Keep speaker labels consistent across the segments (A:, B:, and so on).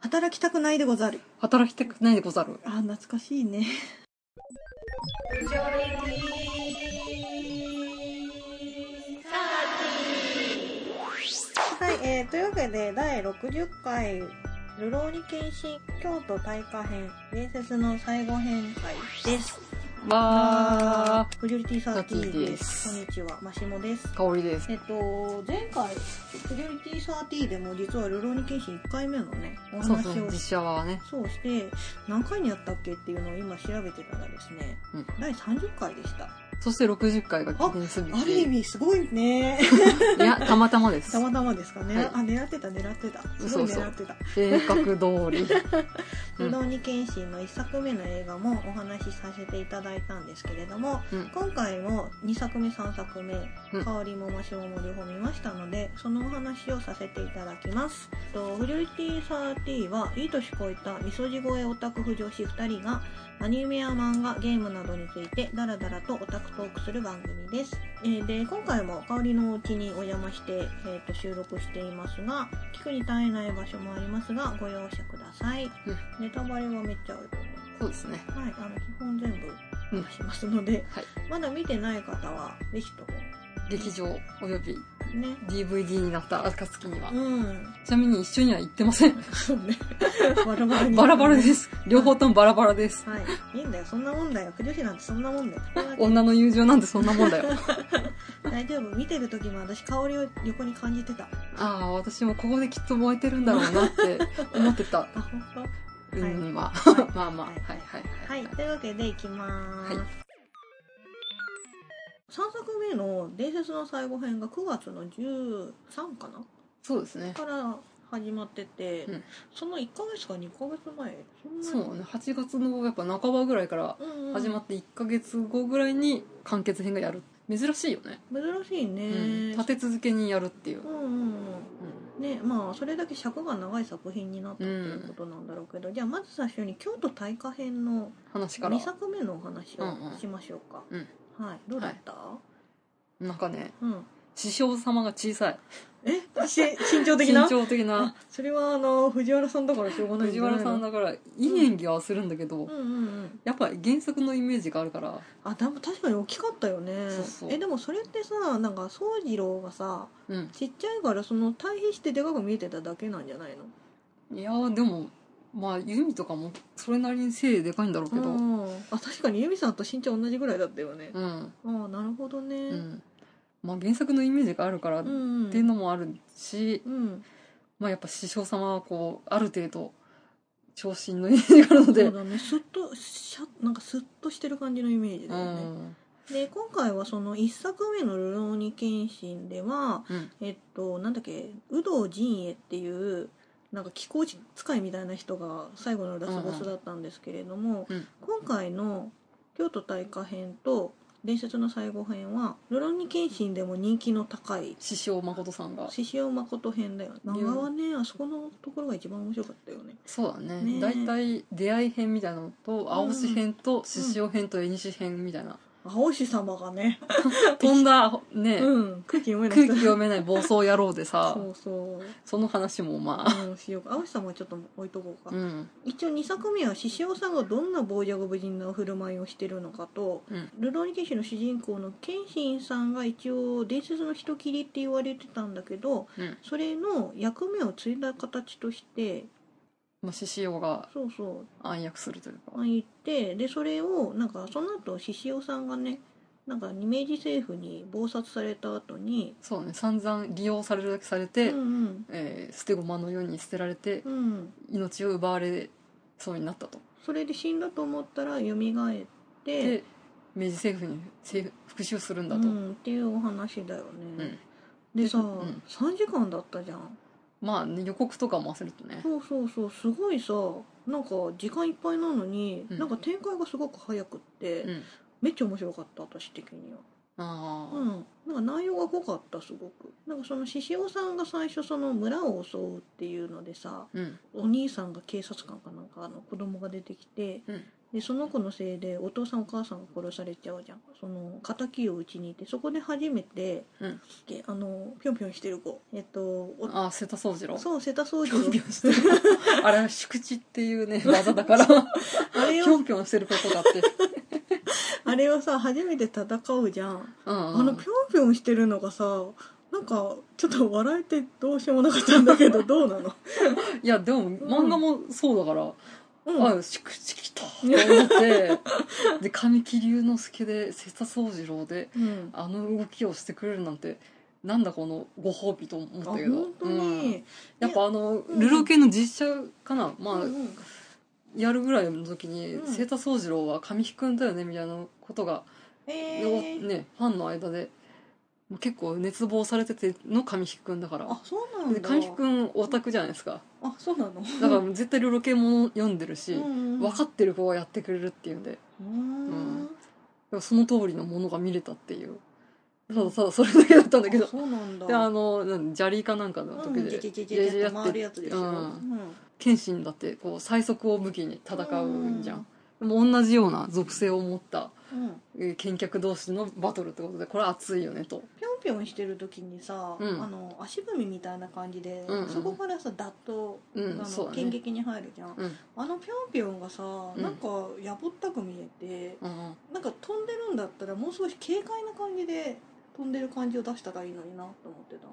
A: 働きたくないでござる。
B: 働きたくないでござる。
A: あー、懐かしいね。はい、えー、というわけで、第60回、流浪に禁止、京都大火編、伝説の最後編会です。
B: わ
A: フジュリティサーティーで
B: サ
A: す。
B: ー
A: こんにちは、マシモです。
B: ー。香りです。
A: えっと、前回、フジュリティサーティーでも実は流浪に禁止1回目のね、お
B: そうそ
A: 話
B: う、
A: を
B: 実写はね。
A: そうして、何回にやったっけっていうのを今調べてたらですね、
B: うん
A: 第30回でした。
B: そして60回が記念すべき。
A: ある意味すごいね。
B: いや、たまたまで す
A: た。またまですかね。
B: はい
A: あ、狙ってた、狙ってた。すごい狙ってた。
B: 計画通り。
A: 不動に謙信の1作目の映画もお話しさせていただいたんですけれども、
B: うん
A: 今回も2作目3作目、
B: うん
A: 香りもマシオも両方見ましたのでそのお話をさせていただきますとフリュリティサーティーはいい年こいたみそじ越えオタク婦女子2人がアニメや漫画ゲームなどについてダラダラとオタクトークする番組です、えーで今回も香りのお家にお邪魔して、えーと収録していますが聞くに耐えない場所もありますがご容赦くださいネタバレはめっちゃあると思
B: そうですね。
A: う。はい、あの基本全部話しますので、
B: はい
A: まだ見てない方はぜひとも
B: 劇場及び
A: ね。
B: DVD になった暁には。
A: うん、
B: ちなみに一緒には行ってません。
A: そう ね。バラバラに。
B: バラバラで。す。両方ともバラバラです。
A: はい、いいんだよ、そんなもんだよ。不女子なんてそんなもんだよ。
B: 女の友情なんてそんなもんだよ。
A: 大丈夫、見てる時も私香りを横に感じてた。
B: ああ、私もここできっと燃えてるんだろうなって思ってた。
A: あ、本当。
B: うん、まあ、
A: はい
B: まあま
A: は
B: あ、はいいはい
A: はい、というわけでいきまーす。
B: はい
A: 3作目の「伝説の最後編」が9月の13かな
B: そうですね。
A: から始まってて、
B: うん
A: その1ヶ月か2ヶ月前そ
B: そ
A: んな
B: うね、8月のやっぱ半ばぐらいから
A: にうんうん
B: 始まって1ヶ月後ぐらいに完結編がやる。珍しいよね。
A: 珍しいね、
B: うん、立て続けにやるっていう
A: う。んうんうんねまあそれだけ尺が長い作品になったっていうことなんだろうけど、じゃあまず最初に京都大火編の
B: 話から
A: 2。作目のお話
B: うんう
A: を
B: ん
A: しましょうか、
B: うん
A: はいどうだった、
B: なんかね、
A: うん
B: 師匠様が小さい。
A: え 私身長的
B: 身
A: な
B: 長的
A: あ
B: な。
A: それはあの藤原さんだからしょうがないんじ
B: 藤
A: ゃない
B: 原さん
A: だ
B: だから、いい演技はするんだけど、
A: うんうんうん
B: やっぱ原作のイメージがあるから、
A: あでも確かに大きかったよね
B: そうそう
A: えでもそれってさなんか宗次郎がさ
B: うん。
A: ちっちゃいからその対比してでかく見えてただけなんじゃないの
B: いやーでも、まあ、ユミとかもそれなりに背でかいんだろうけど、
A: うんあ確かにユミさんと身長同じぐらいだったよね、
B: うん。
A: ああなるほどね
B: う
A: うん
B: ん。まあ、原作のイメージがあるから、っ
A: うん
B: ていうのもあるし、
A: うん
B: まあ、やっぱ師匠様はこう、ある程度、長身のイメージがあるので、
A: そうだねすっとしゃなんかスッとしてる感じのイメージだよね、で今回はその1作目の「流浪に謙信」では
B: うん。
A: えっとなんだっけ有働仁英っていうなんか気候使いみたいな人が最後のラスボスだったんですけれども、
B: うんうん
A: 今回の京都大火編と伝説の最後編は「ルロニケンシン」でも人気の高い
B: 師匠誠さんが。
A: 獅子王誠編だよ漫画はねあそこのところが一番面白かったよね
B: そうだね。
A: ねえ
B: だいたい出会い編みたいなのと、青師編と獅子王編と縁師編みたいな。
A: 青石様がね、
B: 飛んだ、ね、
A: うん、空気読めな
B: 空
A: い
B: 気読めない暴走野郎でさ、
A: そうそう、
B: その話もまあ、
A: うん、しようか青石様はちょっと置いとこうか、
B: うん。
A: 一応2作目は獅子王さんがどんな傍若無人な振る舞いをしてるのかと
B: うん。
A: ルローニケンシの主人公の謙信さんが一応伝説の人斬りって言われてたんだけど
B: うん。
A: それの役目を継いだ形として
B: まあ、獅子王が
A: そうそう
B: 暗躍するというか。
A: 言ってでそれをなんかその後獅子王さんがねなんか明治政府に謀殺された後に
B: そうね、散々利用されるだけされて、
A: うん
B: えー捨て駒のように捨てられて
A: うんうん
B: 命を奪われそうになったと
A: それで死んだと思ったら蘇って
B: で明治政府に政府復讐するん
A: う
B: だと、
A: んっていうお話だよね、でさ、
B: うん
A: 3時間だったじゃん
B: まあ、ね、予告とかも忘れるとね
A: そうそうそうすごいさなんか時間いっぱいなのに、
B: うん
A: なんか展開がすごく早くって、
B: うん
A: めっちゃ面白かった私的には
B: ああ、
A: うん、なんか内容が濃かったすごくなんかその獅子雄さんが最初その村を襲うっていうのでさ
B: うん、
A: お兄さんが警察官かなんかあの子供が出てきて
B: うん、
A: でその子のせいでお父さんお母さんが殺されちゃうじゃんその敵をうちにいてそこで初めて、
B: うん
A: であのぴょんぴょんしてる子えっとお
B: ああ、瀬田宗次郎。
A: そう瀬田宗
B: ぴ
A: 次
B: ょん
A: 郎
B: ぴょん してる。あれは宿地っていうね、技だから、ぴ
A: あれ
B: ょ
A: を
B: んぴょんしてること だって。
A: あれをさ初めて戦うじゃん
B: うん、うん。
A: あのぴょんぴょんしてるのがさなんかちょっと笑えてどうしようもなかったんだけ どどうなの、
B: いや、でも漫画もそうだから、
A: うん
B: あ、宿地来たと思って、で、神木隆之介で、瀬田宗次郎で、
A: うん、あ
B: あの動きをしてくれるなんて、なんだこのご褒美と思ったけど。
A: 本当に、
B: やっぱあの、
A: うん
B: ルロケの実写かな、まあ、
A: うんうん
B: やるぐらいの時に、
A: うん
B: セータ宗次郎は神木くんだよね、みたいなことが、
A: え
B: よ
A: ー
B: ね、ファンの間で、もう結構熱望されてての神木くんだから
A: あ。そうなん
B: で
A: だ
B: 神木くんオタクじゃないですか。
A: あそうなの
B: だから絶対ルロケも読んでるし、
A: うん
B: 分かってる子がやってくれるっていうんで、だ
A: うーん
B: からその通りのものが見れたっていう。ただただそれだけだったんだけ
A: あ
B: ど。
A: そうなんだ
B: で、あの、なんジャリーかなんかの
A: う
B: 時
A: ん、
B: で
A: ち、ちち
B: レ
A: ち
B: ジ
A: ち
B: や
A: っ
B: って
A: 回るやつですよ、
B: う
A: うんん、
B: 剣心だってこう最速を武器に戦うじゃん。でも同じような属性を持った
A: うん
B: えー見客同士のバトルってことでこれ熱いよねと
A: ぴょんぴょんしてる時にさ、
B: うん
A: あの足踏みみたいな感じで、
B: うんうん
A: そこからさダッと、
B: うん
A: あ
B: そう
A: の
B: だね
A: 剣撃に入るじゃん、
B: うん
A: あのぴょんぴょんがさ、
B: ん
A: なんかやぼったく見えて
B: うん
A: なんか飛んでるんだったらもう少し軽快な感じで飛んでる感じを出したらいいのになと思ってたの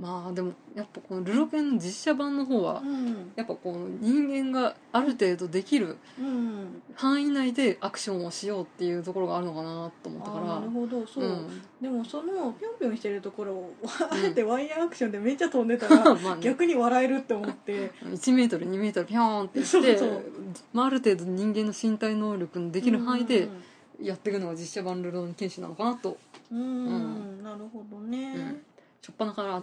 B: まあでもやっぱこの「ルロケン」の実写版の方は
A: うん
B: やっぱこう人間がある程度できる
A: うん
B: 範囲内でアクションをしようっていうところがあるのかなと思
A: あ
B: ったか
A: ーなる
B: ら
A: ほどそう、
B: うん
A: でもそのぴょんぴょんしてるところをあ
B: うん
A: えてワイヤーアクションでめっちゃ飛んでた ら
B: まあね
A: 逆に笑えるって思 って
B: 1メートル2メートルピョーンって
A: そう
B: して
A: そう
B: まあある程度人間の身体能力のできる範囲
A: う
B: で
A: ん
B: やっていくのが実写版「ルロケン剣士」なのかなと
A: うん、う
B: うん
A: んなるほどね、
B: うん初っ端から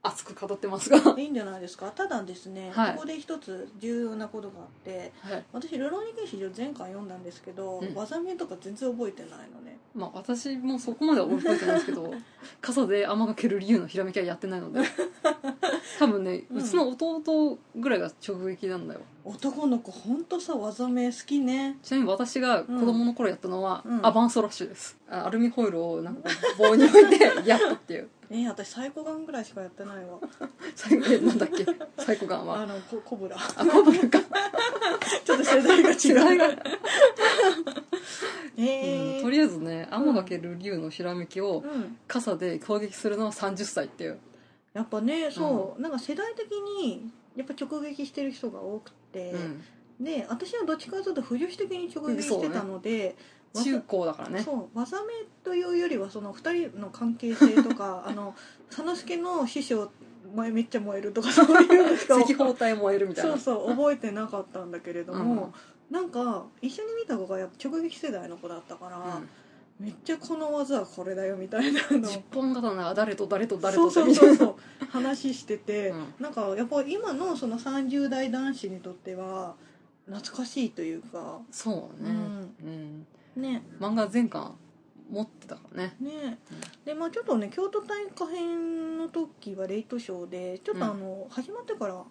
B: 熱く語ってますがはい
A: いいんじゃないですかただですね、
B: はい
A: ここで一つ重要なことがあって
B: い
A: 私「ルローニケン史上」前回読んだんですけど、
B: うん
A: 技名とか全然覚えてないのね
B: まあ私もそこまでは覚えてないんですけ ど傘で雨がける理由のひらめきはやってないので多分ね、
A: う
B: うんちの弟ぐらいが直撃なんだよ
A: 男の子ほんとさ技名好きね
B: ちなみに私が子供の頃やったのは、
A: うん
B: アバンストラッシュですあアルミホイルをなん か棒に置いてやったっていう
A: え私サイコガンぐらいしかやってないわ
B: 最後え なんだっけサイコガンは
A: あのココブラ
B: あコブラか
A: ちょっと世代が
B: 世
A: 違
B: 代
A: う
B: が、
A: え
B: う
A: え
B: ん、とりあえずね雨がける理由のひらめきを
A: うん
B: 傘で攻撃するのは30歳っていう
A: やっぱねそう、なんか世代的にやっぱ直撃してる人が多くて、
B: うん
A: で私はどっちかというと不女子的に直撃してたので、わ
B: 中高だからね
A: そう技名というよりはその2人の関係性と かあの佐之助の師匠前めっちゃ燃えるとか そういうのしか
B: 赤包帯燃えるみたい
A: そ
B: な
A: うそう覚えてなかったんだけれども、なんか一緒に見た子がやっぱ直撃世代の子だったから、
B: うん
A: めっちゃこの技はこれだよみたいなの
B: 十本刀なら誰と誰と誰
A: そ
B: と
A: うそう
B: みたい
A: そ
B: な
A: うそう話してて、
B: うん
A: なんかやっぱ今のその30代男子にとっては懐かしいというか
B: そうね、うん
A: ね
B: 漫画全巻持ってたからね
A: ね
B: うん
A: でまあちょっとね京都大火編の時はレイトショーでちょっとあの、始まってからも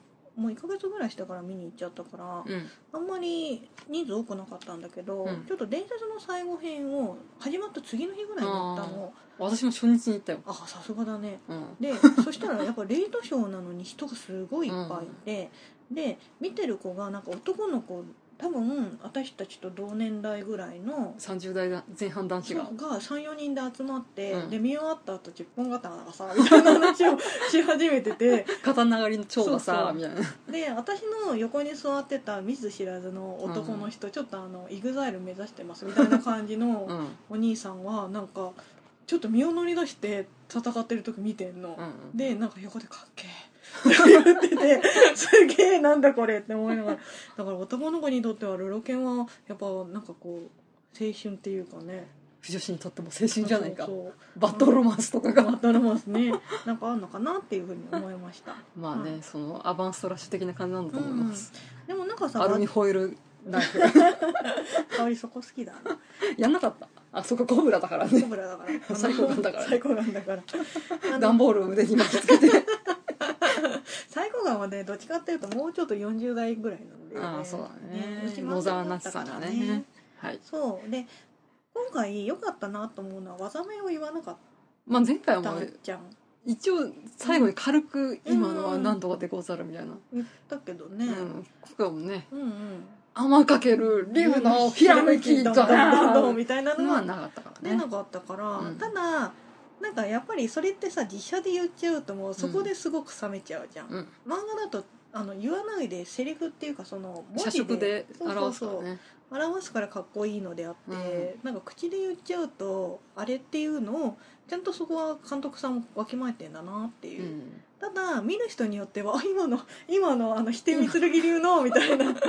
A: う1ヶ月ぐらいしてから見に行っちゃったから、
B: うん
A: あんまり人数多くなかったんだけど、
B: うん
A: ちょっと伝説の最後編を始まった次の日ぐらいに行ったの
B: 私も初日に行ったよ、
A: ああさすがだね
B: うん、
A: でそしたらやっぱレイトショーなのに人がすごいいっぱいいて、で見てる子がなんか男の子多分私たちと同年代ぐらいの
B: 30代だ前半男子
A: が
B: が
A: 34人で集まって、
B: うん
A: で見終わった後10本刀がさみたいな話をし始めてて
B: 刀狩りの蝶がさ
A: そうそう
B: みたいな
A: で私の横に座ってた見ず知らずの男の人、ちょっとあの EXILE 目指してますみたいな感じ
B: う
A: の
B: ん
A: お兄さんはなんかちょっと身を乗り出して戦ってる時見てんの。
B: うん
A: でなんか横でかっけえって言ってて すげえなんだこれって思いながらだから男の子にとってはルロケンはやっぱなんかこう青春っていうかね
B: 不女子にとっても青春じゃないか
A: そう
B: バッドロマンスとか
A: そうバ
B: が
A: トルマスねなんかあんのかなっていうふうに思いました
B: まあね、
A: う
B: そのアバンストラッシュ的な感じなんだと思います、
A: でもなんかさ
B: アル
A: わ
B: ミホイルナイフ
A: 香りそこ好きだな
B: やんなかったあそこコブラだからね
A: コブラだから
B: 最高感だから
A: 最高感だからあの
B: 段ボールを腕に巻きつけて
A: 最高感はねどっちかっていうともうちょっと40代ぐらいなんで、
B: ああそうだね
A: ち
B: 野沢那智さんがねはい
A: そうで今回良かったなと思うのは技名を言わなかっ
B: まあ前回
A: た
B: も
A: じゃん
B: 一応最後に軽く今のはなんとかでござるみたいな、
A: 言ったけど
B: う
A: ね、
B: ん今回もね
A: うんうん
B: 「天かける竜のひらめき」
A: ど
B: と
A: んどんどん
B: か
A: どんみたいなの
B: まあ
A: は
B: なかったか
A: 出
B: ら
A: な
B: ね
A: かったから、
B: うん
A: ただなんかやっぱりそれってさ実写で言っちゃうともうそこですごく冷めちゃうじゃん、
B: うん
A: 漫画だとあの言わないでセリフっていうかその文
B: 社
A: 字
B: 食
A: で
B: で表すから
A: そうそう
B: ね
A: そう表すからかっこいいのであって、なんか口で言っちゃうとあれっていうのをちゃんとそこは監督さんもわきまえてんだなっていうう、
B: ん
A: ただ見る人によってはあ今の今のあの「ひてみつるぎ流の」みた いななんだっ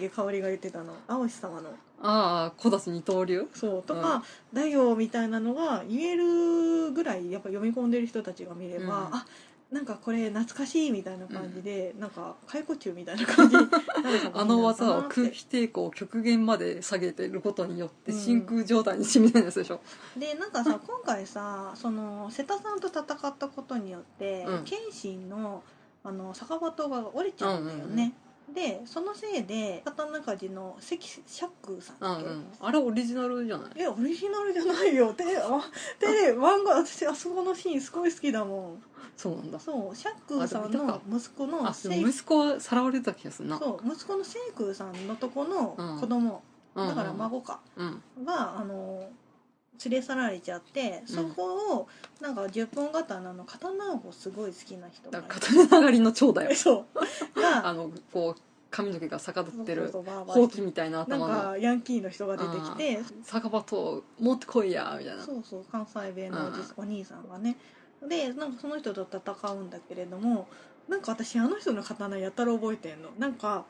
A: け香りが言ってたの青石様の
B: ああ小出し二刀流
A: そうとか、だよみたいなのが言えるぐらいやっぱ読み込んでる人たちが見れば、
B: うん
A: あなんかこれ懐かしいみたいな感じで、なんか解雇中みたいな感じになるかもしれないな
B: あの技は空
A: って
B: 気抵抗を極限まで下げてることによって
A: うん
B: 真空状態にしてみたいなやつでしょ、
A: でなんかさ今回さその瀬田さんと戦ったことによって、
B: うん
A: 謙信のあの酒場刀が折れちゃうんだよね、
B: うんうんうん
A: でそのせいで刀鍛冶の関釈空さん
B: う
A: だっ
B: ん
A: け、
B: うん、あれオリジナルじゃない
A: えオリジナルじゃないよテレあテレ漫画私あそこのシーンすごい好きだもん
B: そうなんだ
A: そうシャックーさん
B: あでも見た
A: の
B: か
A: 息子の
B: あ
A: せ
B: で
A: い
B: も息子はさらわれてた気がするな
A: そう息子のせいくさんのとこの子供、
B: うん
A: だから孫か、
B: うん
A: があの連れ去られちゃってそこをなんか10本刀の刀をすごい好きな人が
B: だ
A: い
B: から刀上がり の長だ
A: て
B: よ
A: そう
B: あ
A: が
B: のこう髪の毛が逆立ってる
A: そうそうバーバー
B: ほうきみたいな
A: な
B: 頭
A: ん
B: の
A: かヤンキーの人が出てきて
B: 酒場と持ってこいやみたいな
A: そうそう関西弁のおじお兄さんがねでなんかその人と戦うんだけれどもなんか私あの人の刀やたら覚えてんのなんか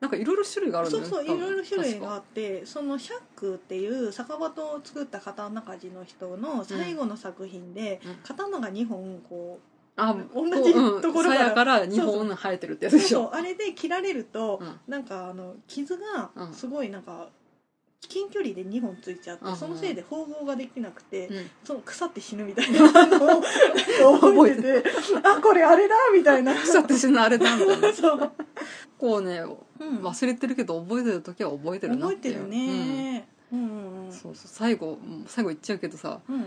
B: なんかいろいろ種類があるんだ
A: そ
B: よ
A: う
B: ね
A: そうい
B: 多分
A: ろいろ種類
B: 確
A: があ
B: か
A: ってそのシャックっていう酒場刀を作った刀鍛冶の人の最後の作品で、
B: うん
A: 刀が2本こう
B: あ
A: 同じ
B: こううん
A: ところから
B: 鞘から2本生えてるってやつでし
A: そう
B: ょ
A: そうあれで切られると、
B: うん
A: なんかあの傷が
B: うん
A: すごいなんか近距離で2本ついちゃって、
B: うんうん
A: そのせいで縫合ができなくて、
B: うん
A: その腐って死ぬみたいなのを覚えててあこれあれだみたいな
B: 腐って死ぬあれだみたいな
A: そう、
B: こうね
A: うん
B: 忘れてるけど覚えてる時は覚えてるなっ
A: 覚え
B: て
A: て
B: いう
A: るね、うん、うんうん
B: うんそうそう最後最後言っちゃうけどさ
A: うん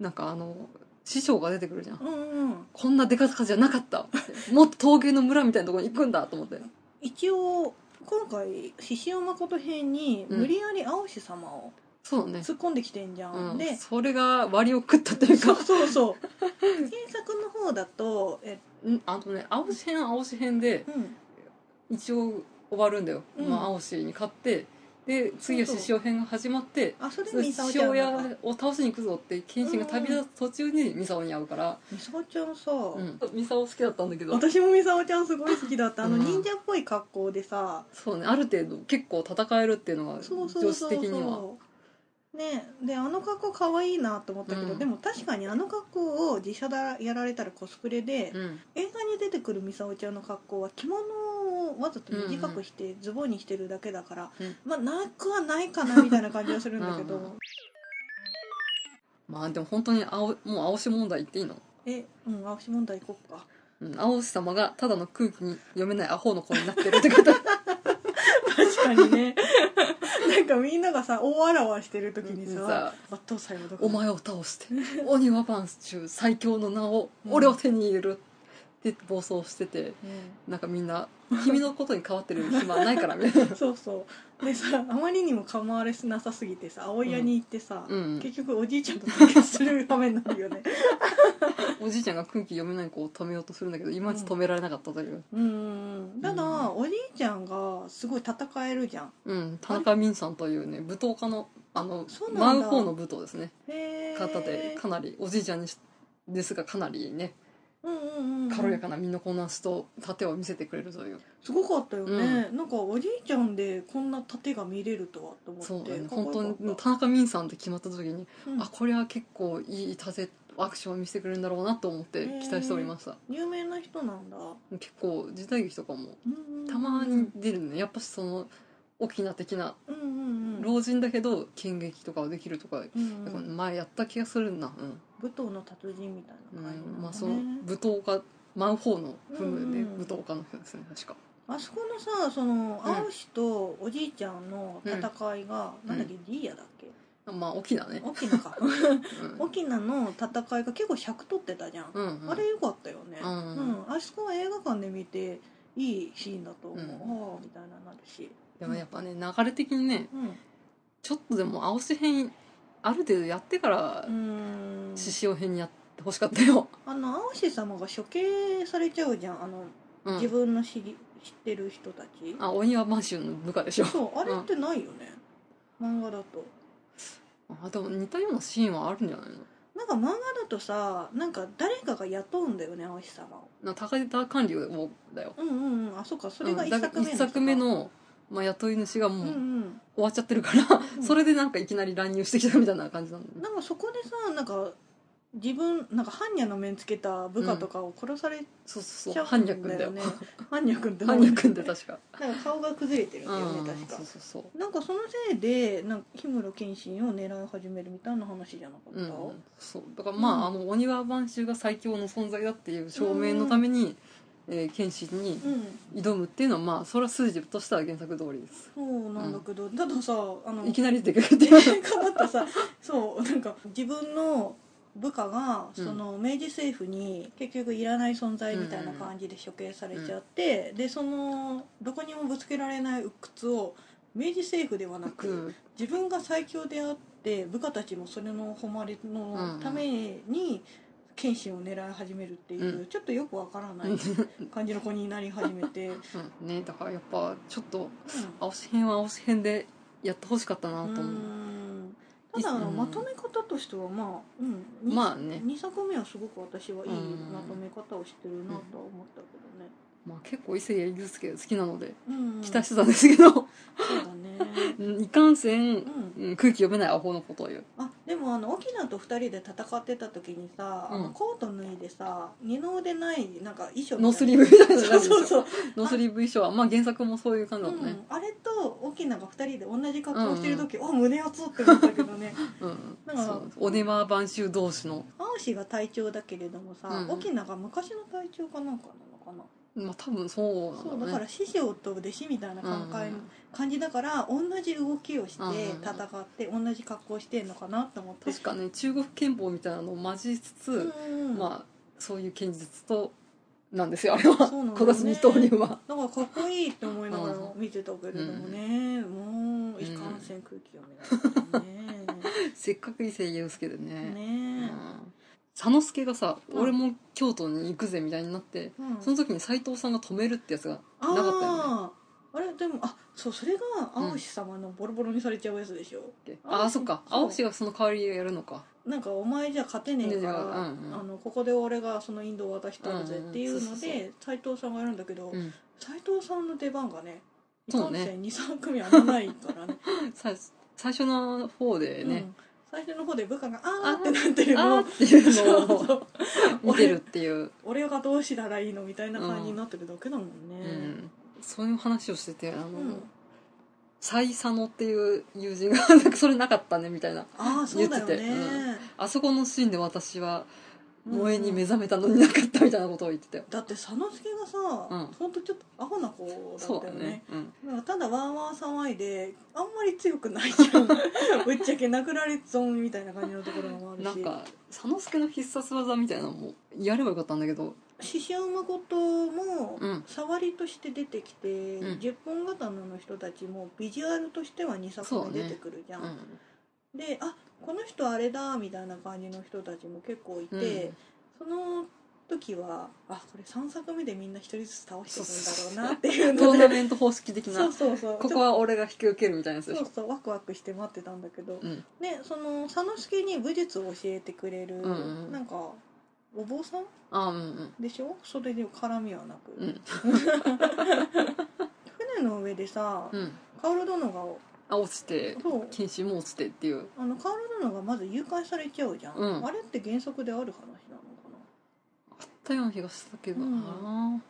B: なんかあの師匠が出てくるじゃん
A: うんうん
B: こんな出方じゃなかったってもっと陶芸の村みたいなところに行くんだと思って
A: 一応今回獅子王誠編に
B: うん
A: 無理やり青石様を
B: そうだね、
A: 突っ込んできてんじゃん、
B: うん、
A: で
B: それが割を食ったという
A: そ
B: か
A: うそうそう原作の方だとえ
B: うんあとね青し編青し編で
A: うん
B: 一応終わるんだよ、
A: うん
B: まあ、青しに勝ってで次は獅子王編が始まって
A: あそれでミサオち
B: 獅子
A: ゃん
B: 王
A: だ
B: 屋を倒しに行くぞって謙信が旅立つ途中にミサオに会うから、
A: ミサオちゃんさ、
B: うん、ミサオ好きだったんだけど
A: 私もミサオちゃんすごい好きだったあの
B: うん
A: 忍者っぽい格好でさ、
B: そうねある程度結構戦えるっていうのが
A: そうそう
B: 女子
A: そう
B: 的には
A: そうねであの格好可愛いなと思ったけど、
B: うん
A: でも確かにあの格好を自社でやられたらコスプレで、
B: うん
A: 映画に出てくるミサオちゃんの格好は着物をわざと短くして、ズボンにしてるだけだから、
B: うん
A: まあなくはないかなみたいな感じはするんだけど
B: うんうんまあでも本当に青もう青し問題言っていいの
A: えうん青し問題行こっか
B: うん、青氏様がただの空気に読めないアホの子になってるってこと
A: 確かにね なんかみんながさ大あらわしてる時にさ
B: さ
A: 「抜刀斎はどこ
B: お前を倒して鬼はパンス中最強の名を俺を手に入れるって暴走してて
A: う
B: なんかみんな君のことに変わってる暇はないからみ たいな
A: んそうそうでさあまりにも構われなさすぎてさ青屋に行ってさ、
B: うん
A: 結局おじいちゃんと対決する場面になるよ ね
B: おじいちゃんが空気読めない子を止めようとするんだけどいまいち止められなかったという
A: うんうんうんただ、
B: うん
A: おじいちゃんがすごい戦えるじゃん
B: うん田中泯さんというね舞踏家のあの
A: そうな
B: 舞
A: ん
B: う
A: だ
B: 方の舞踏ですね
A: へー
B: 方でかなりおじいちゃんにしですがかなりね
A: うんうんうん、
B: 軽やかな身のこなしと盾を見せてくれるという
A: すごかったよね、なんかおじいちゃんでこんな盾が見れるとはと思って
B: そうだね
A: かっ
B: 本
A: こ
B: 当
A: よ
B: に
A: かった
B: 田中泯さんって決まった時に
A: うん
B: あこれは結構いい立てアクションを見せてくれるんだろうなと思って期待しておりました
A: 有名な人なんだ、
B: 結構時代劇とかも
A: うんうんうん
B: たまに出るねやっぱしその沖縄的な
A: うんうんうん
B: 老人だけど剣劇とかはできるとか、
A: うんうん
B: 前やった気がするな、うん
A: 舞踏の達人みたいな感じ
B: うんまあ
A: な
B: そ
A: ん
B: の
A: だね
B: 舞踏家マンホーの部分
A: う
B: で
A: んうん
B: 舞踏家の人ですね確か
A: あそこのさその
B: うん
A: 青石とおじいちゃんの戦いが、
B: うん
A: なんだっけディーヤだっけ
B: まあ沖縄ね、
A: 沖縄 か
B: うん
A: 沖縄の戦いが結構尺取ってたじゃん、
B: うんうん
A: あれよかったよね、
B: うん
A: あそこは映画館で見ていいシーンだと思う、
B: う
A: あ
B: ん
A: あみたいななるし、
B: でもやっぱね流れ的にね
A: うん、
B: ちょっとでも青し編ある程度やってから
A: うん
B: 獅子王編にやってほしかったよ、
A: あの青石様が処刑されちゃうじゃんあの、
B: うん
A: 自分の知り知ってる人たち
B: あお庭満州の部下でしょ
A: そうあれってないよね、漫画だと
B: あでも似たようなシーンはあるんじゃないの
A: なんか漫画だとさなんか誰かが雇うんだよね青石様を
B: な高田官僚をだよ
A: うんうんうんあそうかそれが
B: うん
A: 一
B: だ
A: 作目の
B: 一作目
A: 人か
B: の、まあ、雇い主がもう
A: うんうん
B: 終わっちゃってるから、
A: うん
B: それでなんかいきなり乱入してきたみたいな感じなんだよね
A: なんかそこでさなんか自分なんか般若の面つけた部下とかを殺され
B: そうそう
A: ち
B: そう
A: ゃ
B: 般
A: うんだ
B: 若
A: よ
B: 君だよ
A: ね 般若君って
B: 般若君で確か
A: なんか顔が崩れてるんだよ
B: うん
A: ね確か
B: そうそうそう
A: なんかそのせいでなんか氷室謙信を狙い始めるみたいな話じゃなかった、
B: うん、そうだからまあ,、
A: うん
B: あのお庭晩秋が最強の存在だっていう証明のために、えー剣士に
A: うん
B: 挑むっていうのはまあそれは筋としては原作通りです、
A: そうなんだけど、たださあの
B: い
A: 映
B: きなり出てくるっていう
A: 画だったさそうなんか自分の部下が
B: うん
A: その明治政府に結局いらない存在みたいな感じで処刑されちゃって、でそのどこにもぶつけられない鬱屈を明治政府ではなく、
B: うん
A: 自分が最強であって部下たちもそれの誉れのために謙信を狙い始めるっていう、
B: う
A: ちょっとよくわからない 感じの子になり始めて、 うん
B: うんねだからやっぱちょっと青し編は青し編でやってほしかったな
A: う
B: と思う、
A: んただあの
B: うん
A: まとめ方としてはまあ、うんに
B: まあね
A: 2作目はすごく私はいい
B: うん
A: まとめ方をしてるなとは思ったけどね。
B: まあ、結構伊勢谷友介好きなので
A: うん
B: 期待してたんですけど、
A: そうだね
B: うんいかんせん
A: うん
B: うん空気読めないアホのことを言う
A: あでもあの沖縄と2人で戦ってた時にさ、あ
B: う
A: の
B: ん
A: コート脱いでさ二の腕ないなんか衣装みたいな
B: ノースリーブみたいな
A: そう
B: 感じでしょ
A: そうそう、
B: ノースリーブ衣装はまあ原作もそういう感じだったね、
A: うんあれと沖縄が2人で同じ格好してる時、お胸熱って思ったけど ね
B: うん
A: だから
B: そうおねま晩秋同士の、
A: 青氏が隊長だけれどもさ、
B: うん
A: 沖縄が昔の隊長かなんかなのかな、
B: まあ、多分そうなんだ
A: そ
B: ろ
A: う
B: うね
A: だから師匠と弟子みたいな感
B: う
A: 慨
B: ん
A: の感じだから同じ動きをして
B: うん
A: 戦って同じ格好してんのかなと思って
B: 確かね中国憲法みたいなのを混じりつつ、
A: うん
B: まあそういう剣術となんですよあれは、
A: そうなんだよね
B: 今年二刀流は
A: なんかかっこいいって思いながら
B: う
A: 見てたけれどもね、もういかんせん空気読めないか
B: せっかく伊勢祐介で
A: ら
B: ね
A: ね
B: う
A: ね
B: ん佐之助がさ、
A: うん
B: 俺も京都に行くぜみたいになって
A: うん
B: その時に斎藤さんが止めるってやつが
A: あー
B: なかったよね
A: あれでもあそうそれが青石様のボロボロにされちゃうやつでしょ、
B: ああそっか
A: そう
B: 青氏がその代わりやるのか
A: なんかお前じゃ勝てねえから、
B: ねえうんうん
A: あのここで俺がそのインドを渡してやるぜっていう
B: うんう
A: の
B: んそうそう
A: で斎、藤さんがやるんだけど
B: うん
A: 斎、藤さんの出番がねい
B: そ
A: か
B: うんね
A: せん23組あんまないからね
B: さ最初の方 で
A: う
B: ね
A: ん最初の方で部下が「あー」
B: あー
A: ってなってるのを
B: あーっていうの
A: そうそ
B: を
A: う
B: 見てるっていう、
A: 俺がどうしたらいいのみたいな感じになってるだけだもん
B: う
A: ね。
B: ん、そういう話をしててあ
A: う
B: の、
A: ん
B: サイサノっていう友人が なんかそれなかったねみたいな
A: ああそうだよね。
B: 言ってあそこのシーンで私は
A: うん
B: 萌えに目覚めたのになかったみたいなことを言ってたよ、
A: だって佐野助がさ、
B: うん
A: ほんとちょっとアホな子だっ
B: そう
A: た
B: だ
A: よ
B: ね
A: ね。
B: うん
A: なんかただわーわー騒いであんまり強くないじゃ んぶっちゃけ殴られ損みたいな感じのところもあるし
B: なんか佐之助の必殺技みたいなのもやればよかったんだけど
A: 獅子王誠も
B: うん
A: 触りとして出てきて、
B: うん
A: 10本刀の人たちもビジュアルとしては2
B: そ
A: 作
B: う
A: 目
B: ね
A: 出てくるじゃん、
B: う
A: であこの人あれだみたいな感じの人たちも結構いて、
B: ん、
A: その時はあこれ3作目でみんな一人ずつ倒してくんだろうなって
B: う、
A: いうん
B: ト
A: の
B: ーナ
A: で
B: メント方式的
A: そ
B: な
A: うそうそう
B: ここは俺が引き受けるみたいなやつ
A: そ
B: でし
A: う
B: ょ
A: そうワクワクして待ってたんだけど、
B: うん
A: でその佐之助に武術を教えてくれる、
B: うんうん
A: なんかお坊さん
B: あうんうん
A: でしょそれに絡みはなく、
B: うん
A: 船の上でさ、
B: うん
A: カオル殿が
B: あ落ちて
A: そう
B: 禁止も落ちてっていう
A: あのカオル殿がまず誘拐されちゃうじゃん、
B: うん
A: あれって原則である話なのかな
B: あったような気がしたけどな、
A: う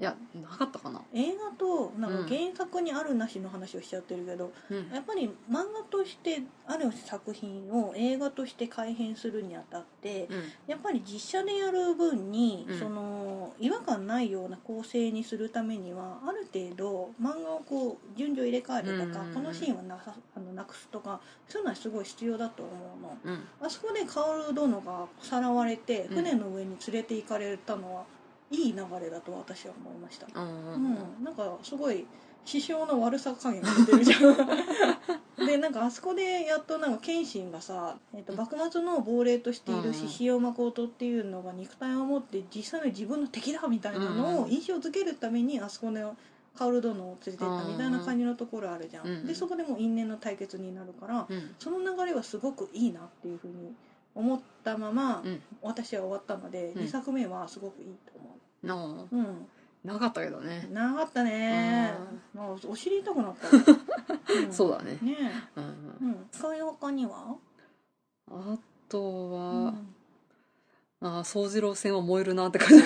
B: いやなかったかな、
A: 映画となん
B: うん
A: か原作にあるなしの話をしちゃってるけど、
B: うん
A: やっぱり漫画としてある作品を映画として改編するにあたって
B: うん
A: やっぱり実写でやる分に、
B: うん
A: その違和感ないような構成にするためにはある程度漫画をこう順序入れ替えるとか、
B: うんうんうん
A: このシーンはなさあのなくすとかそういうのはすごい必要だと思うの。
B: うん
A: あそこでカオル殿がさらわれて
B: うん
A: 船の上に連れて行かれたのはいい流れだと私は思いました、
B: う
A: うん
B: うん
A: ん、なんかすごい師匠の悪さ加減が出てるじゃ んでなんかあそこでやっとなんか謙信がさ、えっと
B: うん
A: 幕末の亡霊としてい
B: うんうん
A: る獅子王誠っていうのが肉体を持って実際の自分の敵だみたいなの
B: う
A: を
B: ん
A: 印象付けるためにあそこのカオル殿を連れて行ったみたいな感じのところあるじゃん、
B: うんうん
A: でそこでもう因縁の対決になるから、
B: うん
A: その流れはすごくいいなっていうふうに思ったまま、
B: うん
A: 私は終わったので、
B: うん
A: 2作目はすごくいいと思
B: な
A: うう
B: あなかったけどね
A: ん、長かったねもうお尻痛くなった、うん
B: そうだね、
A: ね
B: うんう
A: え、
B: ん
A: うん、使い他には、
B: あと
A: う
B: は、
A: ん、
B: ああ総次郎戦は燃えるなって感 じ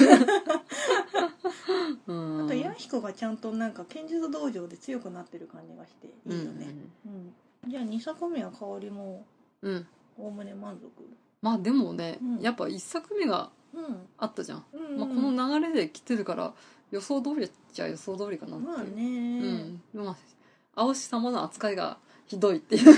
B: うん
A: あとヤヒコがちゃんとなんか剣術道場で強くなってる感じがして
B: うん
A: いいよね、うんじゃあ2作目は香りも
B: うんうん
A: おおむね満足
B: まあでもね、
A: うん
B: やっぱ一作目が
A: うん
B: あったじゃん、
A: うん、
B: まあ、この流れで来てるから予想通りっちゃ予想通りかなっていう、
A: まあね、
B: うんまあ青志様の扱いがひどいっ ていう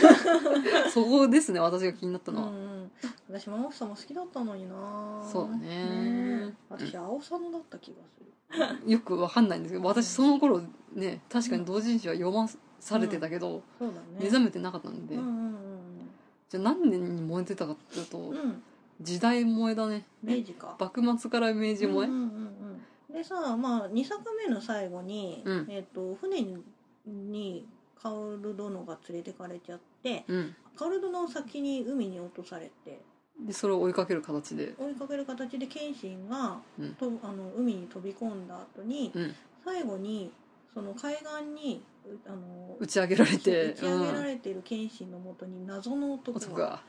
B: そこですね私が気になったのは、
A: うんうん、私も青さも好きだったのにな
B: そうだね
A: え私青さのだった気がする
B: よくわかんないんですけど私その頃ね確かに同人誌は読まされてたけど、
A: そうだね
B: 目覚めてなかったんで、
A: うんうん
B: じゃあ何年に燃えてたかっていうと、
A: うんうんうん
B: 時代燃えだね
A: 明治か
B: 幕末から明治
A: うんう
B: 燃え、
A: んうんうんでさまあ2作目の最後に、
B: うん
A: えっと船にに薫殿が連れてかれちゃって
B: うん
A: 薫殿を先に海に落とされて
B: でそれを追いかける形で
A: 追いかける形で謙信が、
B: うん
A: とあの海に飛び込んだ後に、
B: うん
A: 最後にその海岸にうあの
B: 打ち上げられて
A: 打ち上げら
B: うん
A: れている謙信のもとに謎の男
B: 男
A: が
B: が、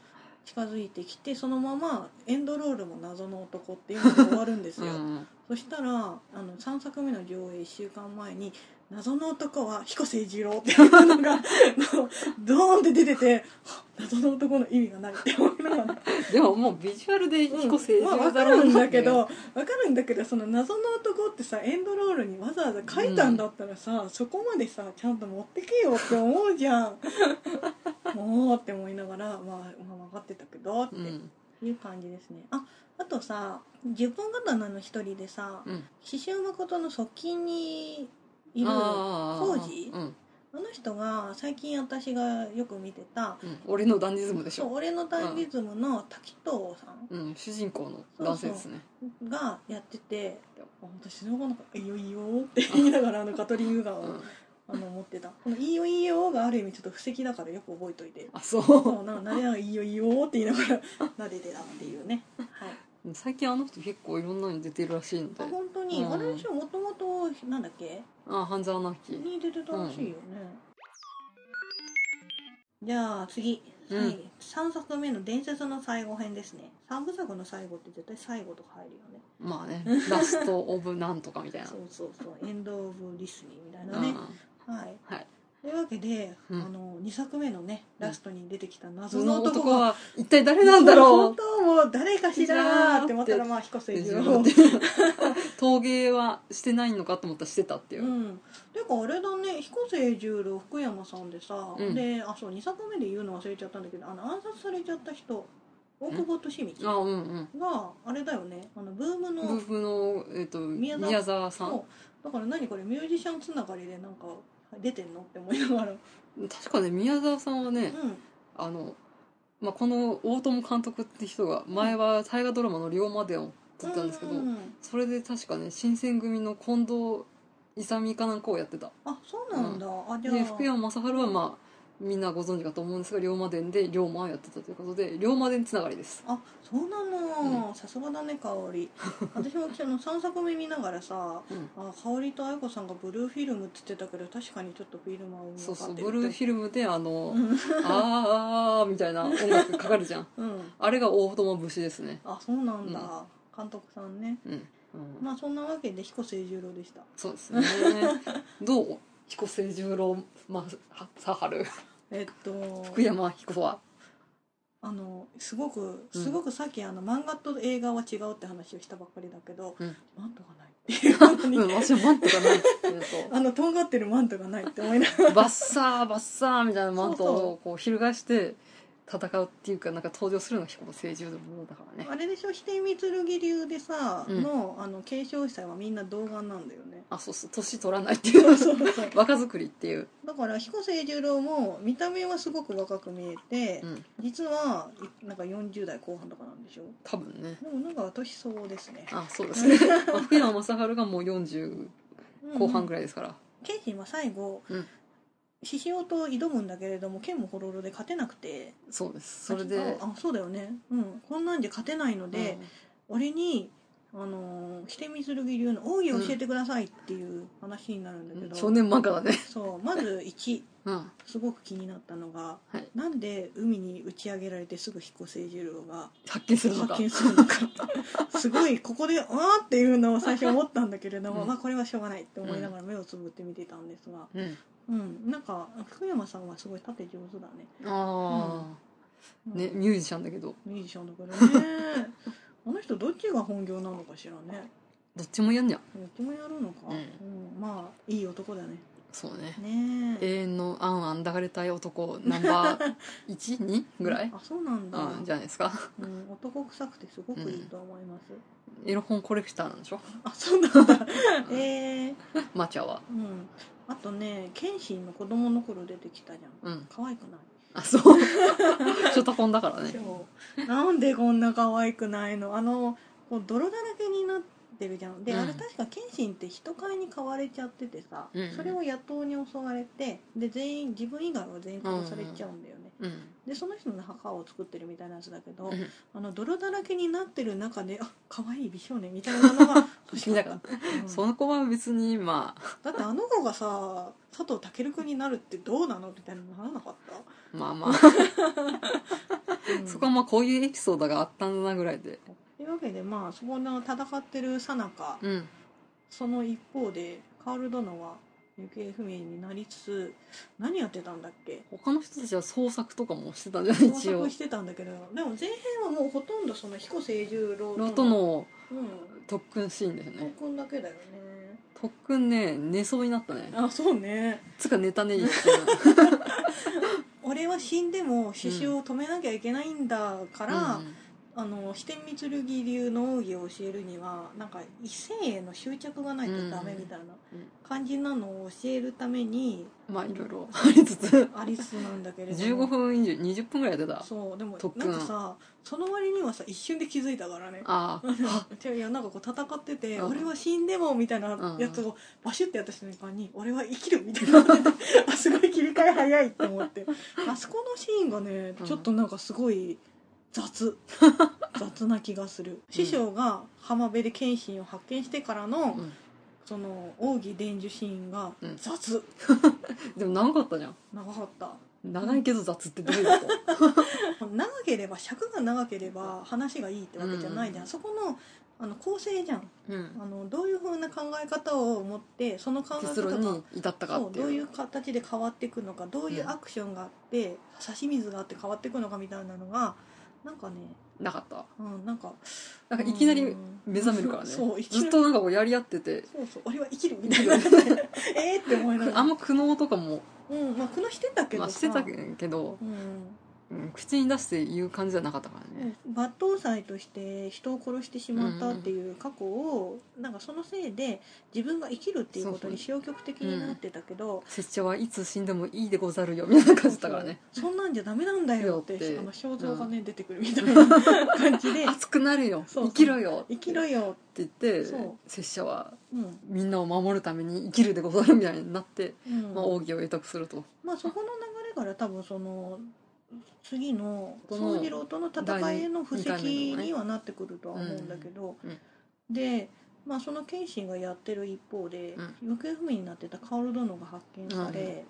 A: 近づいてきてそのままエンドロールも謎の男っていうのが終わるんです
B: う
A: よ、
B: ん、
A: そしたらあの3作目の上映1週間前に「謎の男は彦星二郎」っていうのが あのドーンって出ててはっ謎の男の意味がないって思いながら
B: でももうビジュアルで 彦星
A: まあ分かるんだけどわかるんだけどその謎の男ってさエンドロールにわざわざ書いたんだったらさ、そこまでさちゃんと持ってけよって思うじゃんもうって思いながら、まあ、まあ分かってたけどって
B: うん
A: いう感じですね、ああとさ10本刀の一人でさ
B: うん
A: 獅子雄誠の側近にいるあ
B: あ
A: 工
B: ー
A: 事
B: うん
A: の人が最近私がよく見てた
B: うん、俺のダンディズムでし
A: そ
B: ょ
A: う俺のダンディズムの滝藤さん
B: う、ん、主人公の男性ですね
A: がやってて「あ私の方なんかいいよいいよ」って言いながらあのカトリングガンを、
B: うん、
A: あの持ってたこの「いいよいいよ」がある意味ちょっと布石だからよく覚えとい て
B: あそう
A: そうなんか「なでながらいいよいいよ」って言いながら撫でてたっていうねはい
B: 最近あの人結構いろんなのに出てるらしいんで
A: あ本当に、
B: うん
A: あれでしょもともとなんだっけ
B: あ半沢直樹
A: に出てたらしいよね、じゃあ次、
B: うん
A: はい、3作目の伝説の最後編ですね3部作の最後って絶対最後とか入るよね
B: まあねラスト・オブ・なんとかみたいな
A: そうそうそうエンド・オブ・リスニーみたいなね、はい
B: うんはい、
A: というわけで、
B: うん
A: あの2作目のねラストに出てきた謎
B: そ
A: の
B: の
A: 男
B: 男
A: が
B: は一体誰なんだろ
A: 本当もう誰かしらーって思ったらまあ彦
B: う
A: 星二郎
B: 陶芸はしてないのかと思ったらしてたっていう、
A: うん、ていうかあれだね彦星十郎福山さんでさ、
B: うん
A: であそう2作目で言うの忘れちゃったんだけどあの暗殺されちゃった人大久保利
B: あ
A: 通
B: うんうん
A: があれだよねあのブーム
B: ブー
A: の
B: フの、えっと
A: 宮
B: 宮
A: 沢
B: 沢さん
A: そうだから何これミュージシャンつながりでなんか出てんのって思いな がら、
B: 確かね宮沢さんはね、
A: う
B: あの、まあ、この大友監督って人が前は大河ドラマの「龍馬伝」を撮
A: ん、
B: ったんですけど、
A: ううん
B: それで確かね新選組の近藤勇かなんかをやってた
A: あそうなんだ、あじゃあ
B: で福山雅治はまあみんなご存知かと思うんですが龍馬伝で龍馬をやってたということで龍馬伝つながりです
A: あそうなの、さすがだね香 り私もその3作目見ながらさ
B: うん
A: あ香りと愛子さんがブルーフィルムって言ってたけど確かにちょっとフィルムは
B: そうそう
A: って
B: ブルーフィルムであ
A: う
B: の
A: ん
B: 「あーあー」みたいな音楽かかるじゃん
A: うん
B: あれが大友節ですね
A: あそうなんだ、
B: う
A: 監督さんね
B: うんうん
A: まあそんなわけで彦星十郎でした
B: そうです ねどう彦星十郎正春
A: えっと
B: 福山彦は
A: あのすごく
B: うん
A: すごくさっきあの漫画と映画は違うって話をしたばっかりだけど、
B: うん
A: マントがないっていうこと
B: う
A: に、
B: ん私はマントがないって言うと
A: あのとんがってるマントがないって思いながら
B: バッサーバッサーみたいなマントをこう翻して戦うっていうかなんか登場するのが彦星十郎だからね
A: あれでしょ飛天剣流でさ、
B: うん
A: のあの継承者はみんな童顔なんだよね
B: あそう そう年取らないっていう
A: そうそう
B: 若作りっていう、
A: だから彦星十郎も見た目はすごく若く見えて、
B: うん、
A: 実はいなんか40代後半とかなんでしょ
B: 多分ね
A: でもなんか年相応ですね
B: あそうですねまあ福山雅治がもう40後半ぐらいですから、
A: 剣心は最後、
B: うん
A: 獅子王と挑むんだけれども剣もほろろで勝てなくて
B: そうですそれで
A: ああそうだよねうんこんなんじゃ勝てないので、俺にあのー、ひてみずるぎ流の奥義を教えてくださいっていう話になるんだ
B: うん
A: けど、
B: 少年漫画だね、
A: そうまず1
B: うん、
A: すごく気になったのが、
B: はい
A: なんで海に打ち上げられてすぐ彦星十郎が
B: 発見するのか
A: 発見するのか すごいここで「あーっていうのを最初思ったんだけれども、
B: うん
A: まあこれはしょうがないって思いながら目をつぶって見てたんですが、
B: うん、
A: うん、なんか福山さんはすごい縦上手だね。
B: あ
A: う
B: あ、
A: ん
B: ねミュージシャンだけど
A: ミュージシャンだからね。 あの人どっちが本業なのかしらね。
B: どっちもやんにゃ
A: どっちもやるのか。
B: うん
A: うんまあいい男だね。
B: そうね
A: ねえ。
B: 永遠のあんあん抱かれたい男ナンバ ー12ぐらい
A: あそうなんだ。
B: あじゃないですか
A: うん男臭くてすごくいいと思います。
B: エロ本コレクターなんでしょ
A: あそうなん だ。ええ。
B: マチャは
A: うん。あとね、謙信の子供の頃出てきたじゃん。
B: うん
A: 可愛くない。
B: あそう ショタコンだからね
A: そうなんでこんな可愛くないのあのこう泥だらけになってるじゃんで、
B: うん
A: あれ確か謙信って人買いに買われちゃっててさ、
B: うんうん
A: それを野党に襲われてで全員自分以外は全員殺されちゃうんだよね、
B: うん
A: でその人の墓を作ってるみたいなやつだけど、
B: うん
A: あの泥だらけになってる中であ可愛い美少年みたいなのが欲しかっ
B: 見な
A: た、うん
B: その子は別にま
A: だってあの子がさ佐藤健君になるってどうなのみたいなのならなかっ
B: あまあまあ
A: た、うん
B: そこはまあこういうエピソードがあったんだなぐらいで
A: というわけでまあそこの戦ってるさなか
B: うん
A: その一方でカール殿は行方不明になりつつ何やってたんだっけ
B: 他の人たちは創作とかもしてたんじゃない
A: 捜
B: 一応
A: 索してたんだけどでも前編はもうほとんどその彦星十郎
B: ロトの
A: うん
B: 特訓シーンだよ
A: 特
B: ね
A: 訓だけだよね
B: 特訓ね寝そうになったね
A: あそうね
B: つか寝たね一
A: 俺は死んでも獅子を止めなきゃいけないんだか、
B: から
A: あの飛天御剣流の奥義を教えるにはなんか異性への執着がないとダメみたいな感じなのを教えるために
B: まあいろいろ ありつつ
A: アリスなんだけ れども
B: 15分以上20分ぐらいやってた
A: そうでも
B: 特
A: な
B: 訓
A: んかさその割にはさ一瞬で気づいたからね
B: ああ
A: 違ういやなんかこう戦ってて「
B: うん
A: 俺は死んでも」みたいな
B: うん
A: やつをバシュってやった瞬間に「俺は生きる」みたい なあすごい切り替え早いって思ってあそこのシーンがね
B: うん
A: ちょっとなんかすごい 雑雑な気がする師匠が浜辺で謙信を発見してからの
B: うん
A: その奥義伝授シーンが
B: うん
A: 雑
B: でも長かったじゃん
A: 長かった
B: 長いけど雑ってどういうこ
A: 長ければ尺が長ければ話がいいってわけじゃないじゃん、
B: うん
A: そこのあの構成じゃん
B: と、
A: あのどういうふうな考え方を持ってその考え
B: 結
A: 方
B: 論
A: が
B: に至ったか
A: そ
B: っ
A: う
B: てい
A: ど
B: う
A: ういう形で変わっていくのかどういううんアクションがあって、差し水があって変わっていくのかみたいなのがなんかね、
B: なかった
A: うん、なんか
B: なんかいきな
A: う
B: り
A: ん
B: 目覚めるからね
A: そういきなり
B: ずっとなんかこうやり合ってて
A: そうそう俺は生きるみたいな えーって思いながら
B: あんま苦悩とかも、
A: うんまあ苦悩してたけど
B: ま
A: さ、
B: あ、してたけど、
A: うん
B: うん、口に出して言う感じじゃなかったからね、
A: 抜刀斎として人を殺してしまったっていう過去を、なんかそのせいで自分が生きるっていうことに消極的になってたけど、
B: 拙者はいつ死んでもいいでござるよみたいな感じだからね
A: そうそんなんじゃダメなんだよって
B: よって
A: あの症状がね、出てくるみたい な感じで
B: 熱くなるよ
A: そうそう
B: 生きろよ
A: 生きろ
B: って
A: よ、
B: 言って
A: そう
B: 拙者は
A: うん
B: みんなを守るために生きるでござるみたいになって、
A: うん
B: まあ、奥義を得得すると
A: まあそこの流れから多分その次の
B: この
A: 宗次郎との戦いへの布石にはなってくるとは思うんだけど、
B: うんうん
A: で、まあ、その謙信がやってる一方で、行方不明になってた薫殿が発見され、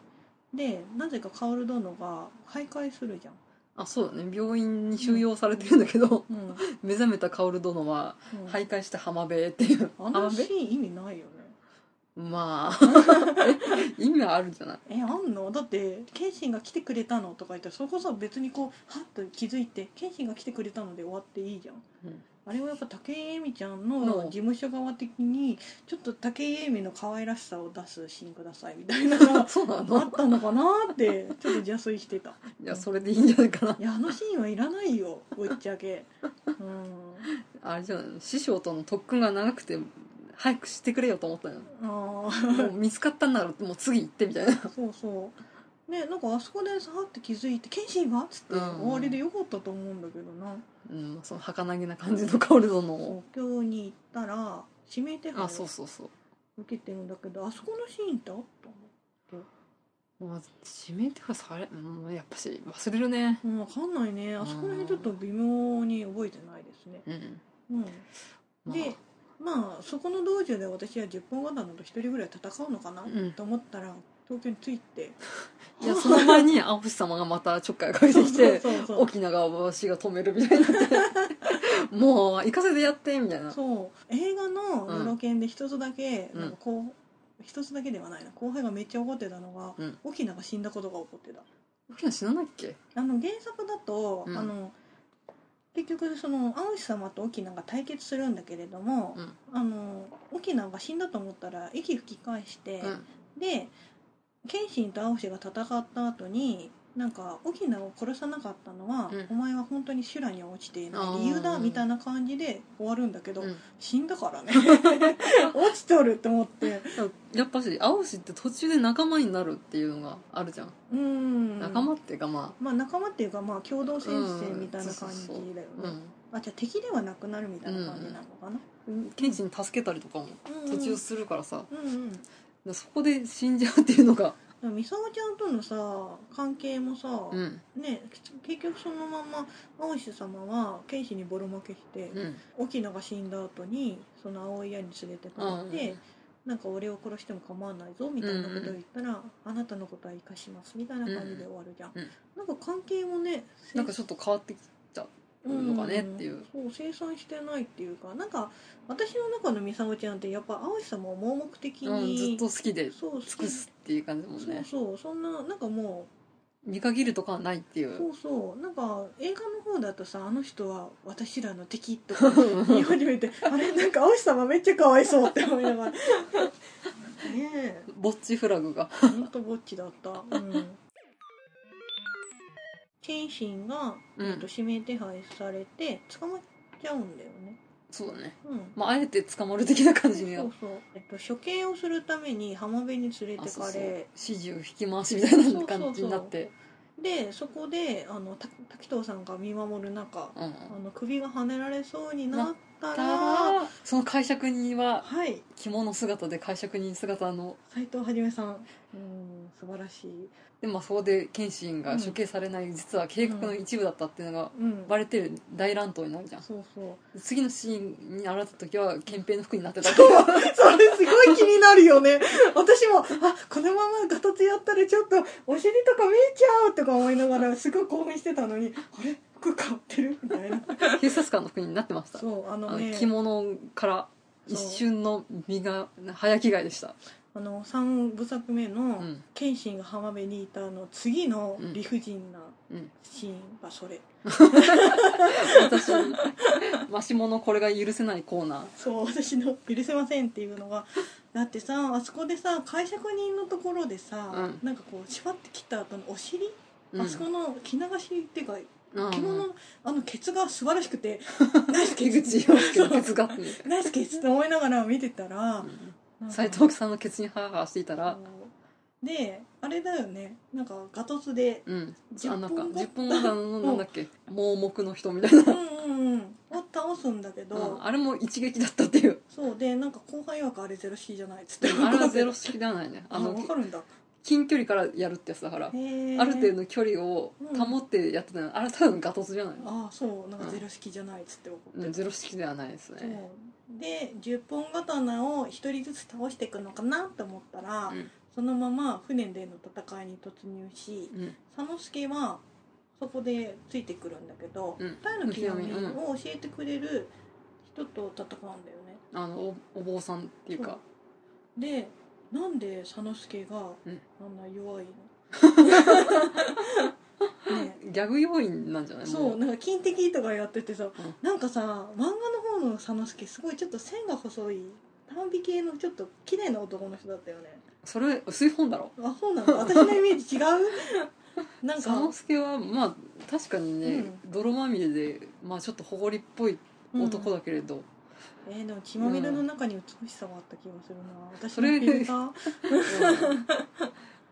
A: でなぜか薫殿が徘徊するじゃん
B: あそうだね病院に収容されてるんだけど、
A: うん
B: 目覚めた薫殿は
A: うん
B: 徘徊して浜辺っていう
A: あ
B: 浜
A: のシ
B: 辺
A: ーン意味ないよね
B: まあ え意味はあるんじゃない
A: えあんのだって「謙信が来てくれたの」とか言ったらそれこそ別にこうはっと気づいて「謙信が来てくれたの」で終わっていいじゃん
B: うん
A: あれはやっぱ武井絵美ちゃん
B: の
A: の事務所側的にちょっと武井絵美の可愛らしさを出すシーンくださいみたいな のが
B: そうな
A: あっ
B: の
A: たのかなってちょっと邪推してた
B: いやそれでいいんじゃないかない
A: やあのシーンはいらないよぶっちゃけうん
B: あれじゃないの師匠との特訓が長くて早くしてくれよと思ったの よ
A: あ
B: もう見つかったんならもう次行ってみたいな
A: あそうそうねなんかあそこでさーって気づいて「謙信が?」っつって
B: うん
A: 終わりでよかったと思うんだけどな
B: うんその儚げな感じの薫殿を
A: お経に行ったら指名手配
B: あそ
A: を
B: うそうそう
A: 受けてるんだけどあそこのシーンってあったの
B: まあ指名手配され、うん、やっぱし忘れるね
A: うんわかんないねあそこら辺ちょっと微妙に覚えてないですね
B: う
A: う
B: ん、
A: ん
B: まあ
A: でまあそこの道中で私は10本刀と1人ぐらい戦うのかな、
B: うん
A: と思ったら東京に着いて
B: いやその前に青星様がまたちょっかいかけてきて
A: そうそうそう
B: 沖縄を私が止めるみたいになって もう行かせてやってみたいな
A: そう映画
B: うん
A: の「ルロケン」で一つだけ、
B: うん
A: なんかこう一つだけではないな後輩がめっちゃ怒ってたのが、
B: うん
A: 沖縄が死んだことが起こってた
B: 沖縄死なないっけ
A: あの原作だと、
B: うん
A: あの結局その青石様と沖縄が対決するんだけれども、
B: うん
A: あの沖縄が死んだと思ったら息吹き返して、
B: うん
A: で謙信と青石が戦った後になんか沖縄を殺さなかったのは、
B: うん
A: お前は本当に修羅には落ちてい
B: あ
A: な
B: ー
A: い理由だみたいな感じで終わるんだけど、
B: うん
A: 死んだから ね落ちとるって思って
B: やっぱし青星って途中で仲間になるっていうのがあるじゃん、
A: うん
B: 仲間っていうかま
A: まあ仲間っていうかまあ共同戦線みたいな感じだよね、
B: あ、
A: あじゃあ敵ではなくなるみたいな感じなのかな、
B: うん、剣士に助けたりとかも
A: うんうん
B: 途中するからさ、
A: うんうん
B: そこで死んじゃうっていうのが、
A: でもミサオちゃんとのさ関係もさ、
B: うん
A: ね結局そのまま青石様は剣士にボロ負けして、
B: うん
A: 沖縄が死んだ後にその青い矢に連れてかれて、なんか俺を殺しても構わないぞみたいなことを言ったら、あなたのことは生かしますみたいな感じで終わるじゃん、
B: うん
A: なんか関係もね
B: なんかちょっと変わってきたのかねっていう、
A: うんそう生産してないっていうかなんか私の中のミサオちゃんってやっぱ青石様を盲目的に、
B: うん、ずっと好きで
A: そう好き
B: 尽くすっていう感じだもん
A: そう
B: ね
A: そうそんななんかも
B: 見限るとかはないっていうう
A: そうそうなんか映画の方だとさあの人は私らの敵とか言い始め てあれなんか青石様めっちゃかわいそうって思いながらねえ
B: ぼっちフラグが
A: ほんとぼっちだったうん謙信が、
B: うん
A: えっと指名手配されて捕まっちゃうんだよね
B: そうだね
A: うん
B: まああえて捕まる的な感じに
A: そ
B: は
A: うそう、えっと、処刑をするために浜辺に連れ
B: あ
A: て
B: そう
A: か
B: そう
A: れ
B: 指示を引き回しみたいな感じになって
A: でそこであのた滝藤さんが見守る中
B: うんうん
A: あの首がはねられそうになったら
B: あーその解釈人は
A: はい
B: 着物姿で解釈人姿の
A: 斎藤はじめさんうん素晴らしい、
B: で、まあ、そこで謙信が処刑されない、実は計画の一部だったっていうのが
A: うん、
B: バレてる大乱闘になるじゃん
A: そうそう
B: 次のシーンに現れた時は憲兵の服になってた
A: それすごい気になるよね私もあこのままガタツやったらちょっとお尻とか見えちゃうとか思いながらすごい興奮してたのにあれ服買ってるみたい な
B: 警察官の服になってました
A: そうあの
B: あ
A: ね
B: の着物から一瞬の身が早着替えでした
A: あの3部作目の
B: うん
A: 謙信が浜辺にいたあの次の理不尽な
B: うん
A: シーンがそれ、
B: 私 マシモのこれが許せないコーナー
A: そう私の「許せません」っていうの がだってさあそこでさ解釈人のところでさ、
B: うん
A: なんかこう縛ってきた後のお尻、
B: うん
A: あそこの着流しっていうか
B: うん
A: 着物、あのケツが素晴らしく てナイスケ
B: 手
A: ツ
B: 口洋介の ケツが
A: ナイスケツって思いながら見てたら
B: 斎藤さんのケツにハーハーしていたら
A: そうであれだよねなんかガトツで
B: うん、
A: 10
B: あなんか
A: 本
B: 10本型のなんだっけ盲目の人みたいな、
A: うんうんうんを倒すんだけど、
B: うん、あれも一撃だったっていう
A: そうでなんか後輩曰くあれゼロ式じゃないっつって
B: あれはゼロ式ではないね
A: あ
B: あ
A: の
B: の
A: 分かるんだ
B: 近距離からやるってやつだから
A: へー
B: ある程度の距離を
A: うん
B: 保ってやってたの、あれただのガトツじゃないの、
A: ああそうなんかゼロ式じゃないっつって怒って
B: うん、ゼロ式ではないですね
A: そうで10本刀を1人ずつ倒していくのかなと思ったら、
B: うん
A: そのまま船での戦いに突入し
B: うん
A: 佐野助はそこでついてくるんだけど、
B: うん
A: 平清
B: う
A: 美
B: ん
A: を教えてくれる人と戦うんだよね。
B: あのおお坊さんっていうか
A: でなんで佐之助が
B: うん
A: あんな 弱いの、ね
B: ギャグ要因なんじゃない
A: そ
B: も
A: うなんか金的とかやっててさ、
B: ん
A: なんかさ漫画の方の佐之助すごいちょっと線が細い短美系のちょっと綺麗な男の人だったよね
B: それ薄い本だろ
A: アホ なの私のイメージ違うなん
B: 佐
A: か
B: 之助はまあ確かにね、泥まみれで、まあ、ちょっと埃っぽい男
A: だ、
B: だ けれど、
A: うんえーでも血まみれの中に美しさがあった気がするな私
B: そ
A: のフ
B: れ
A: ィルター
B: うん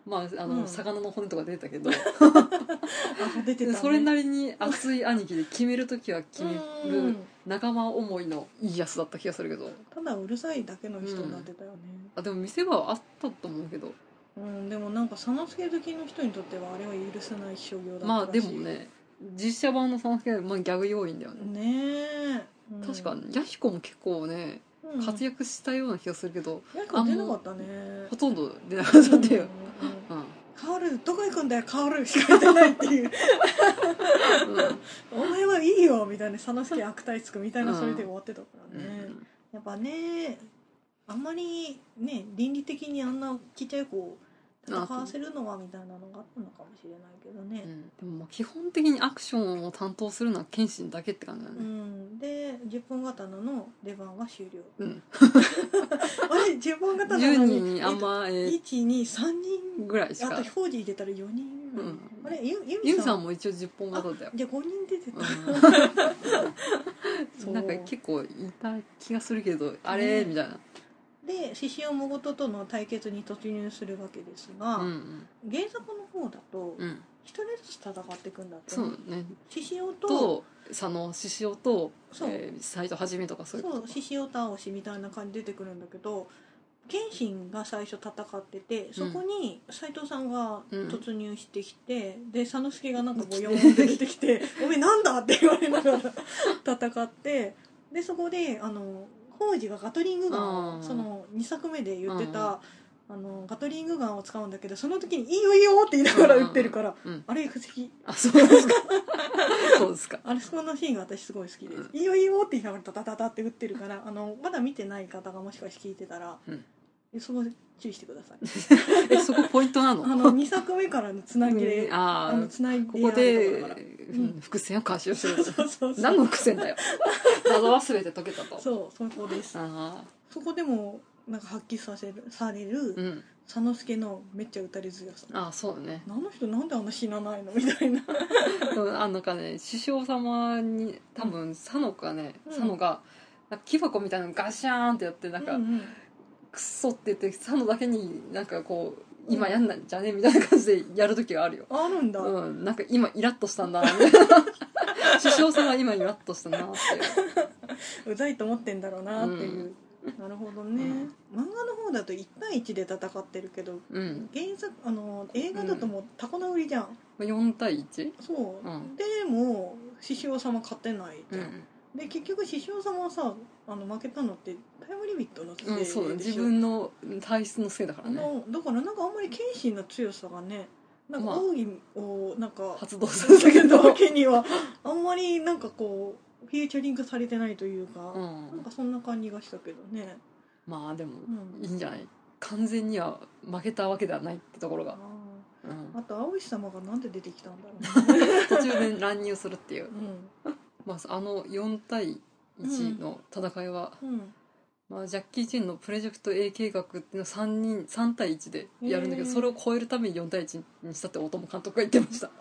B: まああの、
A: うん
B: 魚の骨とか出てたけ
A: あ
B: ど、
A: 出てた、ね、
B: それなりに熱い兄貴で決める時は決め
A: う
B: る
A: ん
B: 仲間思いのいいやつだった気がするけど
A: ただうるさいだけの人になってたよね、
B: あでも見せ場はあったと思うけど
A: うん、でもなんか佐之助好きの人にとってはあれは許せない商業だったらしい
B: まあでもね実写版の三助は、まあ、ギャグ要因だよね、
A: ねえ、うん
B: 確か、ヤヒコも結構ね
A: うん、
B: 活躍したような気がするけど、
A: なんか出なかったね
B: ほとんど出なかったっていう、
A: うんうん
B: うん
A: カールどこ行くんだよカールしか言ってないって いう
B: うん
A: お前はいいよみたいな佐之助悪態つくみたいなそれで終わってたからね、やっぱねあんまりね倫理的にあんなちっちゃい子を戦わせるのはみたいなのがあったのかもしれないけどね
B: う、んでもまあ基本的にアクションを担当するのは謙信だけって感じだ
A: う
B: ね、
A: ん、で10分刀の出番は終了
B: うん
A: 私10分刀なの
B: 10
A: に
B: 人にあんまえー
A: 123人
B: ぐらいし
A: あ
B: か
A: と表示入れたら4人、
B: うん
A: あれゆゆ
B: ユ
A: み
B: ミ
A: さ
B: さ
A: ん
B: んも一応10本型だよ
A: じゃあ5人出てた、
B: う
A: そうん
B: なんか結構いた気がするけどあれみたいな、
A: で獅子王もごととの対決に突入するわけですが、
B: うん
A: 原作の方だと
B: うんうん
A: 一人ずつ戦っていくんだって
B: そうね
A: 獅子王と
B: と佐野獅子雄と
A: そう
B: えー斎藤はじめとかそういうこ
A: そ
B: と
A: う
B: か
A: 獅子王倒しみたいな感じで出てくるんだけど謙信が最初戦っててそこに斎藤さんが突入してきて、で佐之助がなんかボヨーンって出てきて 「おめえなんだ?」って言われな がら戦ってでそこであの浩二がガトリングガン
B: う
A: を
B: ん
A: その2作目で言って
B: うん
A: た。あのガトリングガンを使うんだけどその時に「いいよいいよ」って言いながら撃ってるから、
B: うん
A: あれ不思議
B: あそうです かそうですか
A: あれそこのシーンが私すごい好きです「
B: う
A: いいよいいよ」って言いながらタタタタって打ってるからあのまだ見てない方がもしかして聞いてたら、
B: うん
A: えそこ注意してください
B: えそこポイントなの
A: あの2作目からのつなぎ
B: う
A: で
B: んあ
A: あの
B: ー
A: つないで
B: ここ
A: や
B: で
A: るところだから
B: うん伏線を回収する
A: そうそ うそう
B: 何の伏線だよ謎は全て解けたと
A: そうそこです
B: あ
A: そこでもなんか発揮させるされる、
B: あうん
A: 佐之助のめっちゃ打たれ強さ
B: ああそうだね
A: あの人なんであんな死なないのみたいな
B: うん あのなんかね師匠様に多分佐野がね、
A: うん
B: 佐野がなんか木箱みたいなのガシャーンってやってなんか、
A: うんうん
B: クッソって言って佐野だけになんかこう今やんなんじゃねみたいな感じでやる時があるよ、
A: あるんだ、
B: うん、なんか今イラッとしたんだみたい な師匠様今イラッとしたなって
A: うざいと思ってんだろうなっていう、なるほどね、
B: うん
A: 漫画の方だと1対1で戦ってるけど
B: うん
A: 原作あの映画だともうタコな売りじゃん、
B: まあ4対 1?
A: そう、
B: うん
A: でも獅子王様勝てないじ
B: う
A: ゃん、
B: ん、
A: で結局獅子王様はさあの負けたのってタイムリミットのせいでしょ、
B: うん、そうだね自分の体質のせいだから
A: あ
B: ね
A: のだからなんかあんまり謙信の強さがねなんか
B: まあ
A: 奥義をなんか
B: 発動するん
A: 続
B: だ
A: け
B: け
A: たわ
B: ど、
A: けに はあんまりなんかこうフィーチャリングされてないというか、
B: う
A: なん
B: ん、
A: かそんな感じがしたけどね、
B: まあでも
A: うん
B: いいんじゃない完全には負けたわけではないってところ
A: あ
B: が、うん
A: ーあと青石様がなんで出てきたんだろう ね、
B: 途中で乱入するってい
A: う、
B: う
A: ん
B: まあ、あの4対1の戦いは、
A: うん、
B: まあ、ジャッキー・チェンのプロジェクト A 計画っていうのを3人3対1でやるんだけど、
A: へー
B: それを超えるために4対1にしたって大友監督が言ってました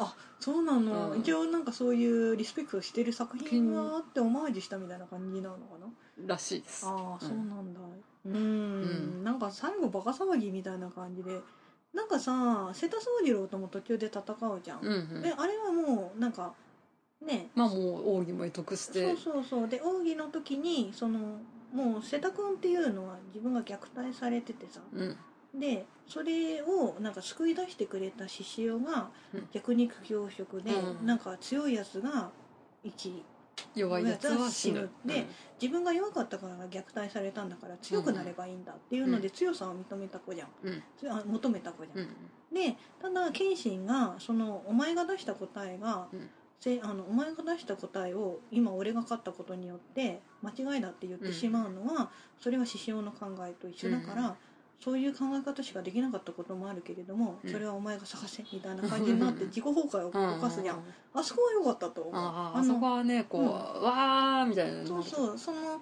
A: そうなの、
B: うん
A: 一応なんかそういうリスペクトしてる作品があってオマージュしたみたいな感じなのかな
B: らしいです
A: ああ
B: うん
A: そうなんだうんんなんか最後バカ騒ぎみたいな感じでなんかさ瀬田宗次郎とも途中で戦うじゃん、
B: うんうん
A: であれはもうなんかね
B: まあもう奥義も得得し
A: そ
B: て
A: うそうそうで奥義の時にそのもう瀬田君っていうのは自分が虐待されててさ、
B: うん
A: でそれをなんか救い出してくれた獅子王が
B: うん
A: 逆肉強食で、
B: うん
A: なんか強いやつが1
B: 弱いやつは死ぬ。
A: で自分が弱かったから虐待されたんだから強くなればいいんだっていうので強さを認めた子じゃん、
B: うん
A: つあ求めた子じゃん、
B: うん
A: でただ謙信がそのお前が出した答えが、
B: うん
A: せあのお前が出した答えを今俺が勝ったことによって間違いだって言ってしまうのは、それは獅子王の考えと一緒だから、
B: うん
A: そういう考え方しかできなかったこともあるけれども、
B: うん
A: それはお前が探せみたいな感じに なって自己崩壊を
B: うん。
A: 犯すじゃん、
B: あ
A: あそこは良かったと思う
B: あ
A: の
B: あそこはねこう、
A: うん
B: わーみたいな
A: そう
B: う
A: そうその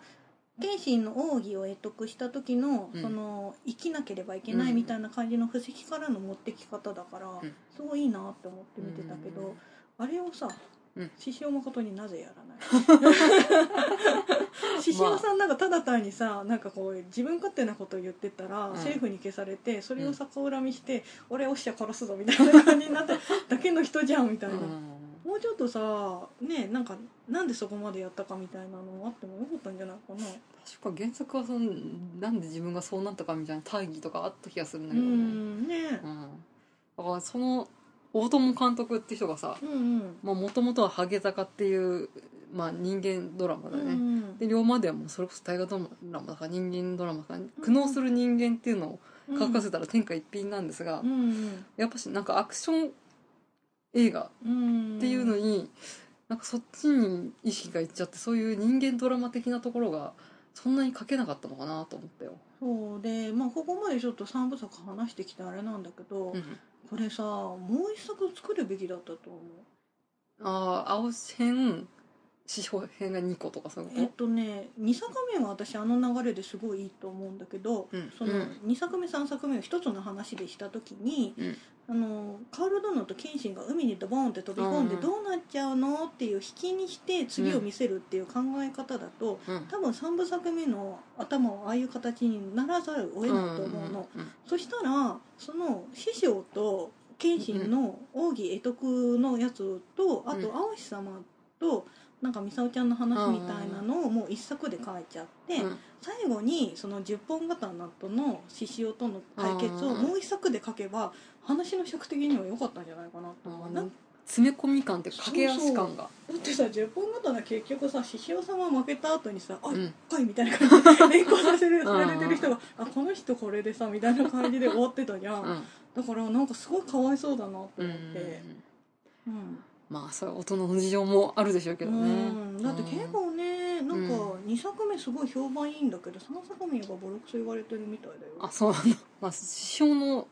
A: 謙信の奥義を得得した時の,、
B: うん
A: その生きなければいけないみたいな感じの布石からの持ってき方だから、
B: ん
A: すごいいいなって思って見てたけど、あれをさ
B: うん
A: 獅子王誠になぜやら ない獅子王さんなんかただ単にさなんかこう自分勝手なことを言ってたら、
B: うん
A: 政府に消されてそれを逆恨みして、俺おっしゃ殺すぞみたいな感じになっただけの人じゃんみたいな。
B: うん
A: もうちょっとさねなんかなんでそこまでやったかみたいなのあってもよかったんじゃないかな
B: 確か原作はそのなんで自分がそうなったかみたいな大義とかあった気がするんだ
A: う
B: けどね、
A: んね
B: うんだからその大友監督って人がさ
A: うんうん
B: もともとは「ハゲ坂」っていう、まあ、人間ドラマ
A: う
B: だ
A: ん
B: よ
A: う
B: ね、
A: ん
B: で龍馬ではもうそれこそ大河ドラマだから人間ドラマだから苦悩する人間っていうのを
A: うん
B: 書かせたら天下一品なんですが、
A: うんうん
B: やっぱしなんかアクション映画
A: うん
B: っていうのに、なんかそっちに意識がいっちゃってそういう人間ドラマ的なところがそんなに書けなかったのかなと思ったよ。
A: そうでまあここまでちょっと三部作話してきてあれなんだけど、
B: うん
A: これさもう一作作るべきだったと思う
B: ああ青編四方編が2個とかそういうこと
A: えっとね2作目は私あの流れですごいいいと思うんだけど、
B: うん
A: その
B: うん
A: 2作目3作目を一つの話でした時に、
B: うん
A: あのカール殿と謙信が海にドボンって飛び込んで
B: うん
A: どうなっちゃうのっていう引きにして次を見せるっていう考え方だと
B: うん
A: 多分3部作目の頭をああいう形にならざるを得ないと思うの。
B: うんうん
A: そしたらその師匠と謙信の奥義会得のやつとあと
B: うん
A: 青石様となんかミサオちゃんの話みたいなのをもう一作で書いちゃって
B: うん
A: 最後にその十本刀との獅子王との対決をもう一作で書けば話の尺的には良かったんじゃないかなと思
B: あ
A: うな
B: の詰め込み感っていうか駆け足感が
A: だってさ十本刀結局さ獅子王様負けた後にさ「あ
B: うん
A: っかい」みたいな感じで連行させる
B: うんうん
A: されてる人が「あこの人これでさ」みたいな感じで終わってたじゃん
B: う。ん
A: だからなんかすごいかわいそうだなと思っ
B: うん
A: て、うん
B: まあそれは大人の事情もあるでしょうけどね
A: うんだって結構ねなんか
B: う
A: 2作目すごい評判いいんだけど3作目がボロクソ言われてるみたいだ
B: あ
A: よ
B: そうなんだまあ師匠の
A: う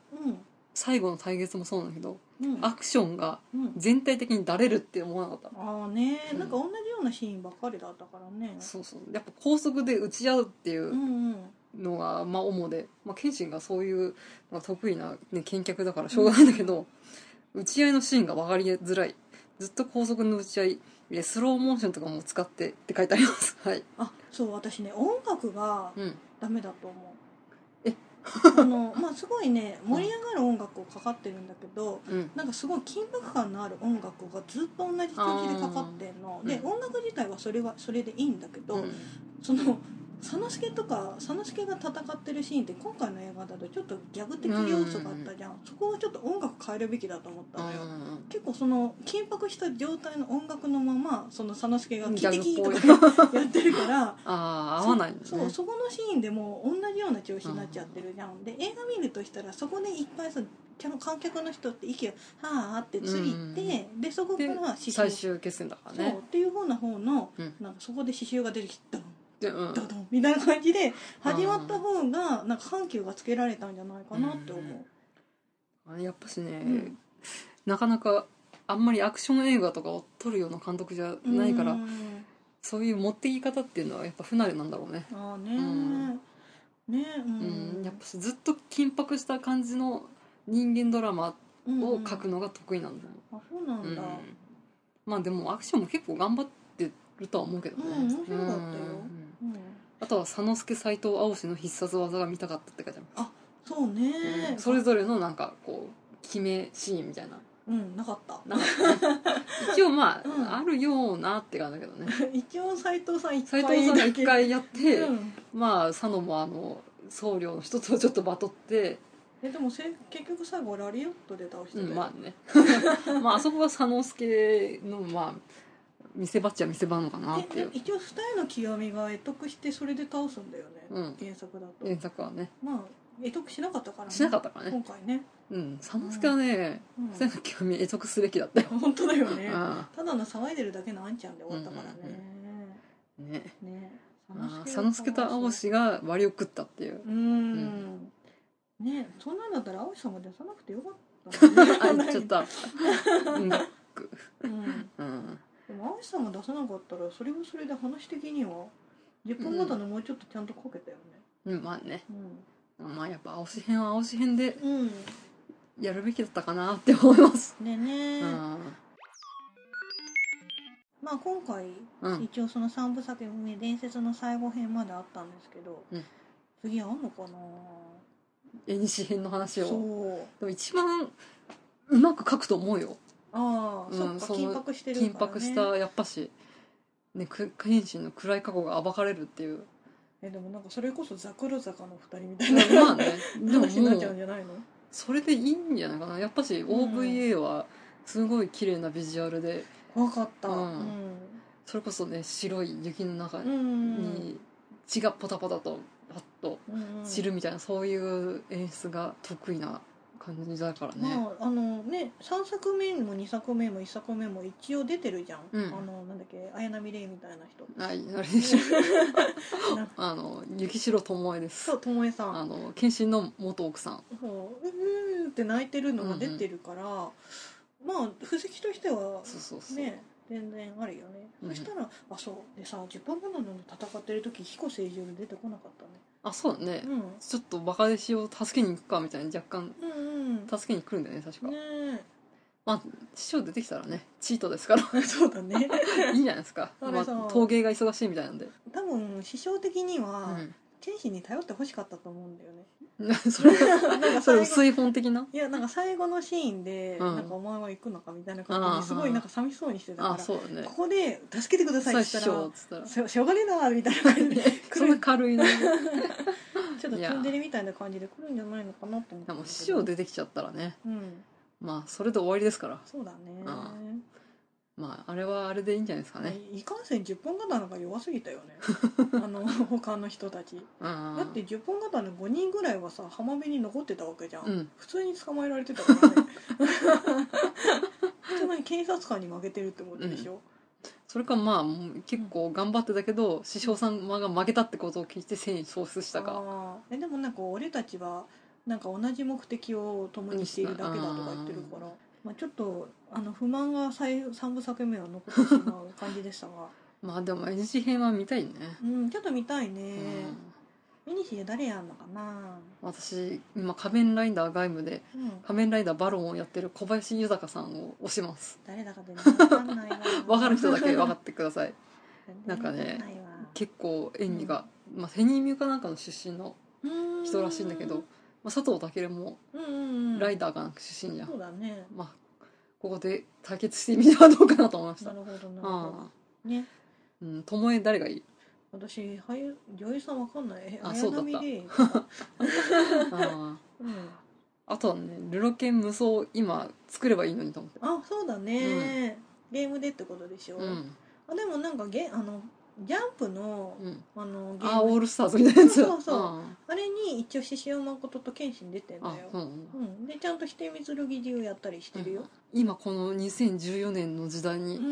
B: 最後の対決もそうなんだけど
A: んうん
B: アクションが
A: うん
B: 全体的にだれるって思わなかっ
A: ああね
B: うん
A: なんか同じようなシーンばっかりだったからね
B: たそうそうやっぱ高速で打ち合うっていうう
A: う
B: ん
A: ん
B: のがまあ主で、まあ、謙信がそういうのが得意な、ね、見客だからしょうがないんだけど、打ち合いのシーンが分かりづらいずっと高速の打ち合いでスローモーションとかも使ってって書いてあります はい、
A: あそう私ね音楽が
B: うん、
A: ダメだと思う
B: え
A: あのまあすごいね盛り上がる音楽をかかってるんだけど
B: うん
A: なんかすごい緊迫感のある音楽がずっと同じ調子でかかってんの
B: あー
A: で
B: うん
A: 音楽自体はそれはそれでいいんだけど、
B: うん
A: その佐之助とか佐之助が戦ってるシーンって今回の映画だとちょっとギャグ的要素があったじゃん、そこはちょっと音楽変えるべきだと思ったのよ、結構その緊迫した状態の音楽のままその佐之助がキキキと
B: ギ
A: かやってるから
B: ああ合わないんだ
A: そ
B: ね
A: うそこのシーンでもう同じような調子になっちゃってるじゃん、で映画見るとしたらそこで一回さちゃん観客の人って息を「はあ」ってついて、でそこか
B: で
A: ら刺
B: 最
A: 繍
B: 終決戦だから
A: そう
B: ね
A: っていう方な方の、
B: うん
A: なんかそこで刺繍が出てきたの。
B: でうん
A: ドドンみたいな感じで始まった方がなんか緩急がつけられたんじゃないかなって思う。
B: あやっぱしね、
A: ん
B: なかなかあんまりアクション映画とかを撮るような監督じゃないから、
A: うん
B: そういう持っていき方っていうのはやっぱ不慣れなんだろうね
A: ああね
B: うん
A: ねう
B: うんん、やっぱしずっと緊迫した感じの人間ドラマ
A: うん
B: を書くのが得意なんだよ、
A: あそうな
B: うん
A: んだ。
B: まあでもアクションも結構頑張ってるとは思うけどね、
A: うん面白かったよ
B: うん
A: うん
B: あとは佐之助斎藤青志の必殺技が見たかったって書いてある
A: そうね。
B: それぞれのなんかこう決めシーンみたいな
A: うんなかった。
B: なんか一応まあ、
A: うん
B: あるようなって感じだけ どね
A: 一応斎藤さん一
B: 斎
A: 回
B: 藤さんが
A: だけ
B: 一回やって、
A: うん
B: まあ佐野もあの僧侶の人とちょっとバトって、
A: えでもせ結局最後ラ リオットで倒して
B: う
A: たよ
B: ん、まあねまああそこは佐野助のまあ見せ場っちゃ見せ場なのかなってい
A: で
B: う
A: 一応スタイの極みが会得してそれで倒すんだよね、
B: うん
A: 原作だと、
B: 原作はね
A: まあ会得しなかったからね
B: しなかったからね
A: 今回ね、
B: うん佐之助はね
A: うん
B: 「千の極み」会得すべきだったよ、
A: 本当だよね
B: あ
A: ただの騒いでるだけのあんちゃんで終わったからね、
B: あね
A: ね
B: ああ佐之助と青志が割を食ったっ ていう
A: うーんねそんなんだったら青志さんも出さなくてよかったね
B: あ言っちゃったうん
A: うん
B: うん
A: でも青志さんが出さなかったらそれもそれで話的には10分ごとのもうちょっとちゃんとかけたよね
B: うんまあね
A: う
B: まあやっぱ青志編は青志編で
A: ん、うん
B: やるべきだったかなって思います
A: でね、
B: うん
A: まあ今回
B: うん
A: 一応その三部作目伝説の最後編まであったんですけど、
B: うん
A: 次あんのかな
B: 絵西編の話を
A: そう
B: でも一番うまく書くと思うよ
A: ああ、
B: うん
A: そ
B: そ
A: っか
B: の
A: 緊迫してるから、ね、
B: 緊迫したやっぱしねく謙信の暗い過去が暴かれるって いう
A: えでもなんかそれこそザクロ坂の二人みたいな
B: まあねでも
A: 話に
B: も
A: なっちゃうん
B: う
A: じゃないの
B: それでいいんじゃないかなやっぱし OVA はすごい綺麗なビジュアルで
A: 怖かった
B: う
A: うんん、
B: それこそね白い雪の中
A: うんうん
B: に血がポタポタとパッと
A: うん
B: 散るみたいなそういう演出が得意な感じだからね。
A: まああのね3作目も2作目も1作目も一応出てるじゃん、
B: うん
A: あのなんだっけ綾波レイみたいな 人
B: はい、あれでしょ
A: なんか
B: あの雪城巴です
A: そう巴さん
B: あの謙信の元奥さん
A: そううーんって泣いてるのが出てるから、まあ布石としては
B: そうそうそう、
A: ね全然あるよね、
B: うん
A: そしたらあそうでさ10分後なのに戦ってる時彦星獣出てこなかったね
B: あそうだね、
A: うん
B: ちょっとバカ弟子を助けに行くかみたいに若干
A: うんうん
B: 助けに来るんだよね確か、
A: ね
B: まあ師匠出てきたらねチートですから
A: え そうだね
B: いいじゃないですか、
A: そ
B: ま
A: れ
B: あ
A: そう、
B: 陶芸が忙しいみたいなんで、
A: 多分師匠的に
B: う
A: は
B: ん
A: 天心に頼ってほしかったと思うんだよね
B: そ れ
A: なんか
B: そ
A: 最
B: れ
A: 後
B: 薄い本的ない
A: やなんか最後のシーンで、
B: うん
A: なんかお前は行くのかみたいな
B: あ
A: 感
B: ー
A: じですごいなんか寂しそうにしてた
B: あ
A: か
B: そうだ
A: ら
B: ね
A: ここで「助けてください」
B: 最
A: って言
B: 初
A: ったら
B: っつった
A: 「しょ
B: ら
A: しょうがねえな」みたいな感じで
B: そんな軽 いの
A: ちょっとツンデレみたいな感じで来るんじゃないのかなと思って
B: でも師匠出てきちゃったらね
A: うん
B: まあそれで終わりですから
A: そうだね
B: あまああれはあれでいいんじゃないですかね、
A: いいかんせん10本刀が弱すぎたよ ねあの他の人たち
B: うん
A: だって10本刀の5人ぐらいはさ浜辺に残ってたわけじゃん、
B: うん
A: 普通に捕まえられてたからね普通に警察官に負けてるってことでしょ、
B: それかまあもう結構頑張ってたけど、師匠さんが負けたってことを聞いて戦意喪失したか
A: あーえでもなんか俺たちはなんか同じ目的を共にしているだけだとか言ってるから、まあ、ちょっとあの不満が最3部作目は残ってしまう感じでしたが、
B: まあでも NG 編は見たいね、
A: うん、ちょっと見たいね
B: うん、
A: ミニシで誰やんのかな、
B: 私今仮面ライダー外務で
A: うん、
B: 仮面ライダーバロンをやってる小林豊さんを推します
A: 誰だか全然わかん ないわ
B: 分かる人だけ分か
A: っ
B: ってくださいなんかね
A: 結
B: 結構演技が、まあ、セニーミューかなんかの出身の
A: 構
B: 人らしいんだけど、まあ、佐藤健も
A: うんうんうん
B: ライダーが出身じゃん、
A: そうだね
B: まあここで対決してみてはどうかなと思いました
A: なるほどなるほ
B: ああ
A: どね
B: うん巴誰がいい
A: 私俳優女優さんわかんないえ
B: あ
A: 綾
B: そうだった
A: 波 レイ
B: あ
A: うん
B: あとはねルロケン無双今作ればいいのにと思って
A: あそうだね、ゲームでってことでしょ、
B: うん
A: あでもなんかゲあのジャンプの
B: うん
A: あのゲー
B: あオー
A: ム
B: ルスターズみたいなやつ
A: そうそうそう
B: あ
A: あれに一応獅子王誠と謙信出てんだ
B: ああ
A: よ
B: そうなんだ
A: うん、でちゃんと否定剣流やったりしてるよ、
B: 今この2014年の時代
A: うん
B: に
A: うんう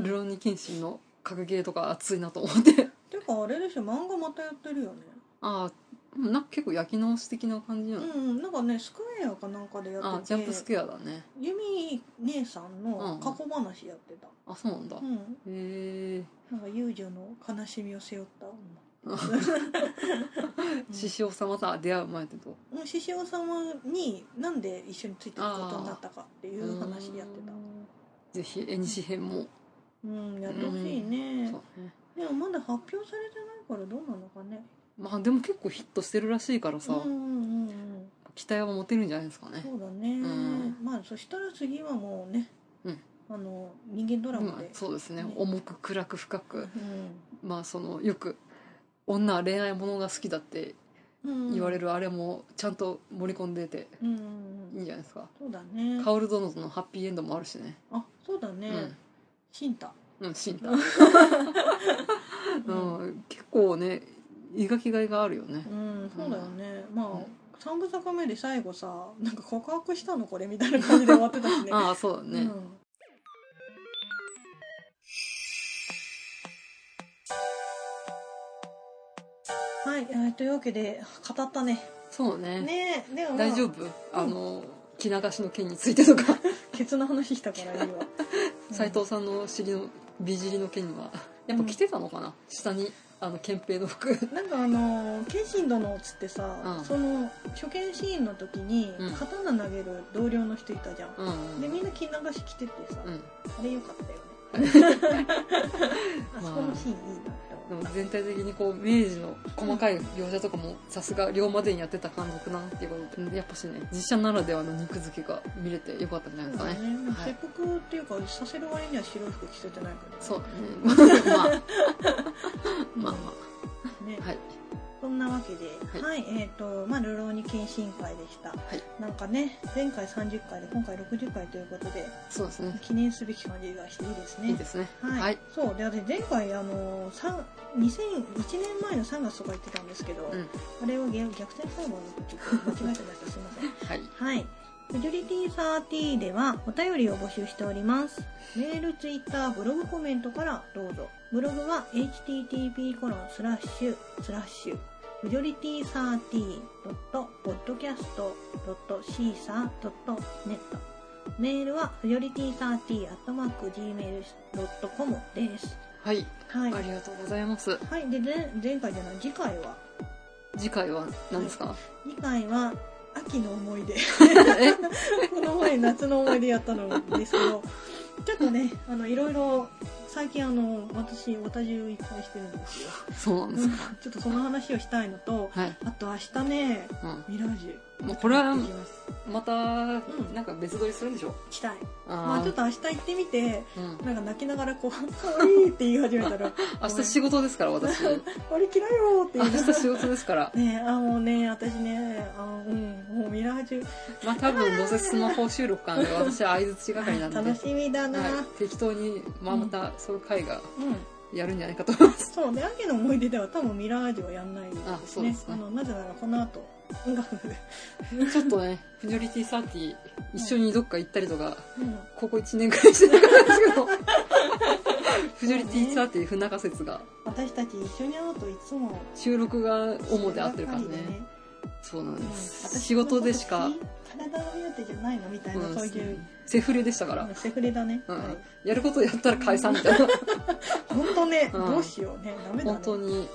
A: ん、
B: ルロニケンシンの格ゲーとか熱いなと思って
A: ていうかあれでしょ漫画またやってるよね
B: ああなんか結構焼き直し的な感じな
A: う
B: の、
A: んうんなんかねスクエアかなんかでや
B: あ
A: っ
B: あ
A: て
B: ジ
A: て
B: ャンプスクエアだね
A: ユミ姉さん
B: う
A: の
B: ん
A: 過去話やってた、
B: あそうなんだ、
A: うん
B: へえ
A: なんか遊女の悲しみを背負った女うん
B: 獅子王様と出会う前ってと
A: もう獅子王様になんで一緒についていくことになったかっていう話やってた
B: うんぜひ縁シ編も、
A: うん、やってほしいね、
B: そうね
A: でもまだ発表されてないからどうなのかね
B: まあでも結構ヒットしてるらしいからさ、
A: うんうんうんうん
B: 期待は持てるんじゃないですかね
A: そうだね、
B: ん
A: まあそしたら次はもうね、
B: うん
A: あの人間ドラマ
B: まあ
A: で、
B: そうですね
A: ね
B: 重く暗く深く
A: う
B: まあそのよく女は恋愛ものが好きだって
A: ん
B: 言われ
A: る、
B: るあれもちゃんと盛り込んでて
A: うんうん
B: い
A: うん
B: いんじゃないですか
A: そうだね
B: カオル殿とのハッピーエンドもあるしね
A: あそうだね、
B: うん
A: シンタ
B: うん、死ん だ。うん、結構ね、描きがいがあるよね。
A: うん、そうだよね。まあ、
B: うん
A: 三部作目で最後さ、なんか告白したのこれみたいな感じで終わってた しね。
B: ああ、そうだね。
A: うんはい、えーというわけで語ったね。
B: そうね。
A: ねえ、でも、まあ、
B: 大丈夫、あの、着流しの件についてとか、
A: ケツの話したからい いわ。
B: 斎、藤さんの尻の、美尻の件は、やっぱ着てたのかな、下に、あの、憲兵の服。
A: なんかあのー謙信殿っつってさ、
B: うん
A: その初見シーンの時に
B: うん
A: 刀投げる同僚の人いたじゃん、
B: うんうん。
A: でみんな着流し着ててさ、
B: うん。
A: あれよか ったよねあそこのシーンいいなって
B: で
A: 思っ
B: も全体的にこう明治の細かい描写とかもさすが龍馬伝やってた感覚なっていうことでやっぱしね実写ならではの肉付けが見れてよかったんじゃないです
A: た
B: か
A: ね
B: ね
A: ね
B: はい
A: 切腹っていうかさせる割には白い服着せてないけど
B: そうだねまあまあま
A: ね
B: あはい
A: そんなわけで、は、
B: はい
A: えっ、と、まあ、流浪に献身会でした。
B: い
A: なんかね、前回30回で、今回60回ということで、
B: そうですね
A: 記念すべき感じがしていいですね。
B: いいですね
A: はい、
B: はい
A: そうで私前回あの3 2001年前の3月とか言ってたんですけど、
B: うん
A: あれは逆逆転裁判の時間違えてましたすいません
B: はい
A: はいフジュリティ30ではお便りを募集しておりますメールツイッターブログコメントからどうぞブログは http コロンスラッシュスラッシュフジョリティサーティドットポッドキャストドットシーサードットネットメールはフジョリティサーティアットマーク gmail.com です
B: はい
A: はい、
B: ありがとうございます
A: はい、で前前回じゃない次回は
B: 次回は何ですか
A: 次回は秋の思い出
B: え
A: この前夏の思い出やったのですけどちょっとねあのいろいろ最近あの私おたじゅういっぱいしてるんですよ
B: そうなんですか
A: ちょっとその話をしたいのと
B: はい
A: あと明日ね
B: うん
A: ミラージ
B: もうこれは
A: ュ行きます
B: またなんか別撮りするんでしょ
A: したいま
B: あ
A: あちょっ
B: ー
A: と明日行ってみて
B: うん
A: なんか泣きながらこう「かわいい」って言い始めた ら「
B: 明日仕事ですから私
A: あれ嫌いよ」って
B: 明
A: 言いなが
B: 日
A: ら
B: 仕事ですから
A: ねあもうね私ねあうんもうミラージュ
B: まあ多分どうせスマホ収録かなんで私は相づち係なんで、
A: 楽しみだな、
B: はい、適当に、まあ、またそういう回が
A: うん
B: やるんじゃないかと思います、
A: そうで秋の思い出では多分ミラージュはやんないんですね
B: あそうですね
A: あのなぜならこの後音楽で、
B: ちょっとねフジョリティサーティ一緒にどっか行ったりとか
A: うん、
B: ここ1年くらいしてなかったんですけどフジョリティサーティ不仲説が
A: 私たち一緒に会うといつも
B: 収録が主で合ってるからね
A: そればかりで
B: そうなん
A: うん
B: です、
A: 私
B: 仕事でし
A: の
B: か
A: こと好き体が見えてじゃないのみたいな、
B: うん
A: そういう
B: セフレでしたから、
A: セフレだね、
B: うん
A: はい
B: やることやったら解散みた いな
A: 本当ね、
B: うん
A: どうしようねダメだね
B: 本当に
A: うん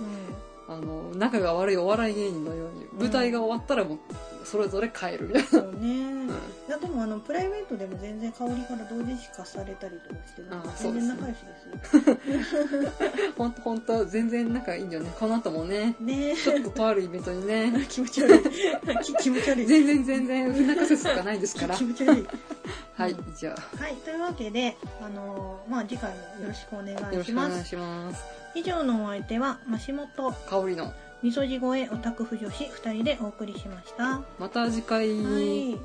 B: あの仲が悪いお笑い芸人のように舞台が終わったらもうそれぞれ帰るみたい な、
A: そうね、
B: う
A: い
B: ん
A: やでもあのプライベートでも全然香りから同時視化されたりとかして
B: あそう
A: 全
B: です
A: 然
B: ね
A: 仲良しですよ
B: ほんとほんと全然仲いいんだよねこの後もね
A: ね
B: ちょっととあるイベントにね
A: え 気持ち悪い き気持ち悪い
B: 全然全然不仲説とかないですから
A: 気持ち悪い
B: はいじゃ
A: はい、というわけで、あのーまあ、次回もよろしくお願
B: あよろ
A: い
B: し
A: し
B: くお
A: ま
B: 願い
A: す。
B: します
A: 以上のお相手は、マシモと、
B: 香りの
A: みそじ声オタク婦女子2人でお送りしました。は
B: また次回、
A: い。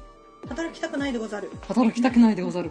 A: 働きたくないでござる。
B: 働きたくないでござる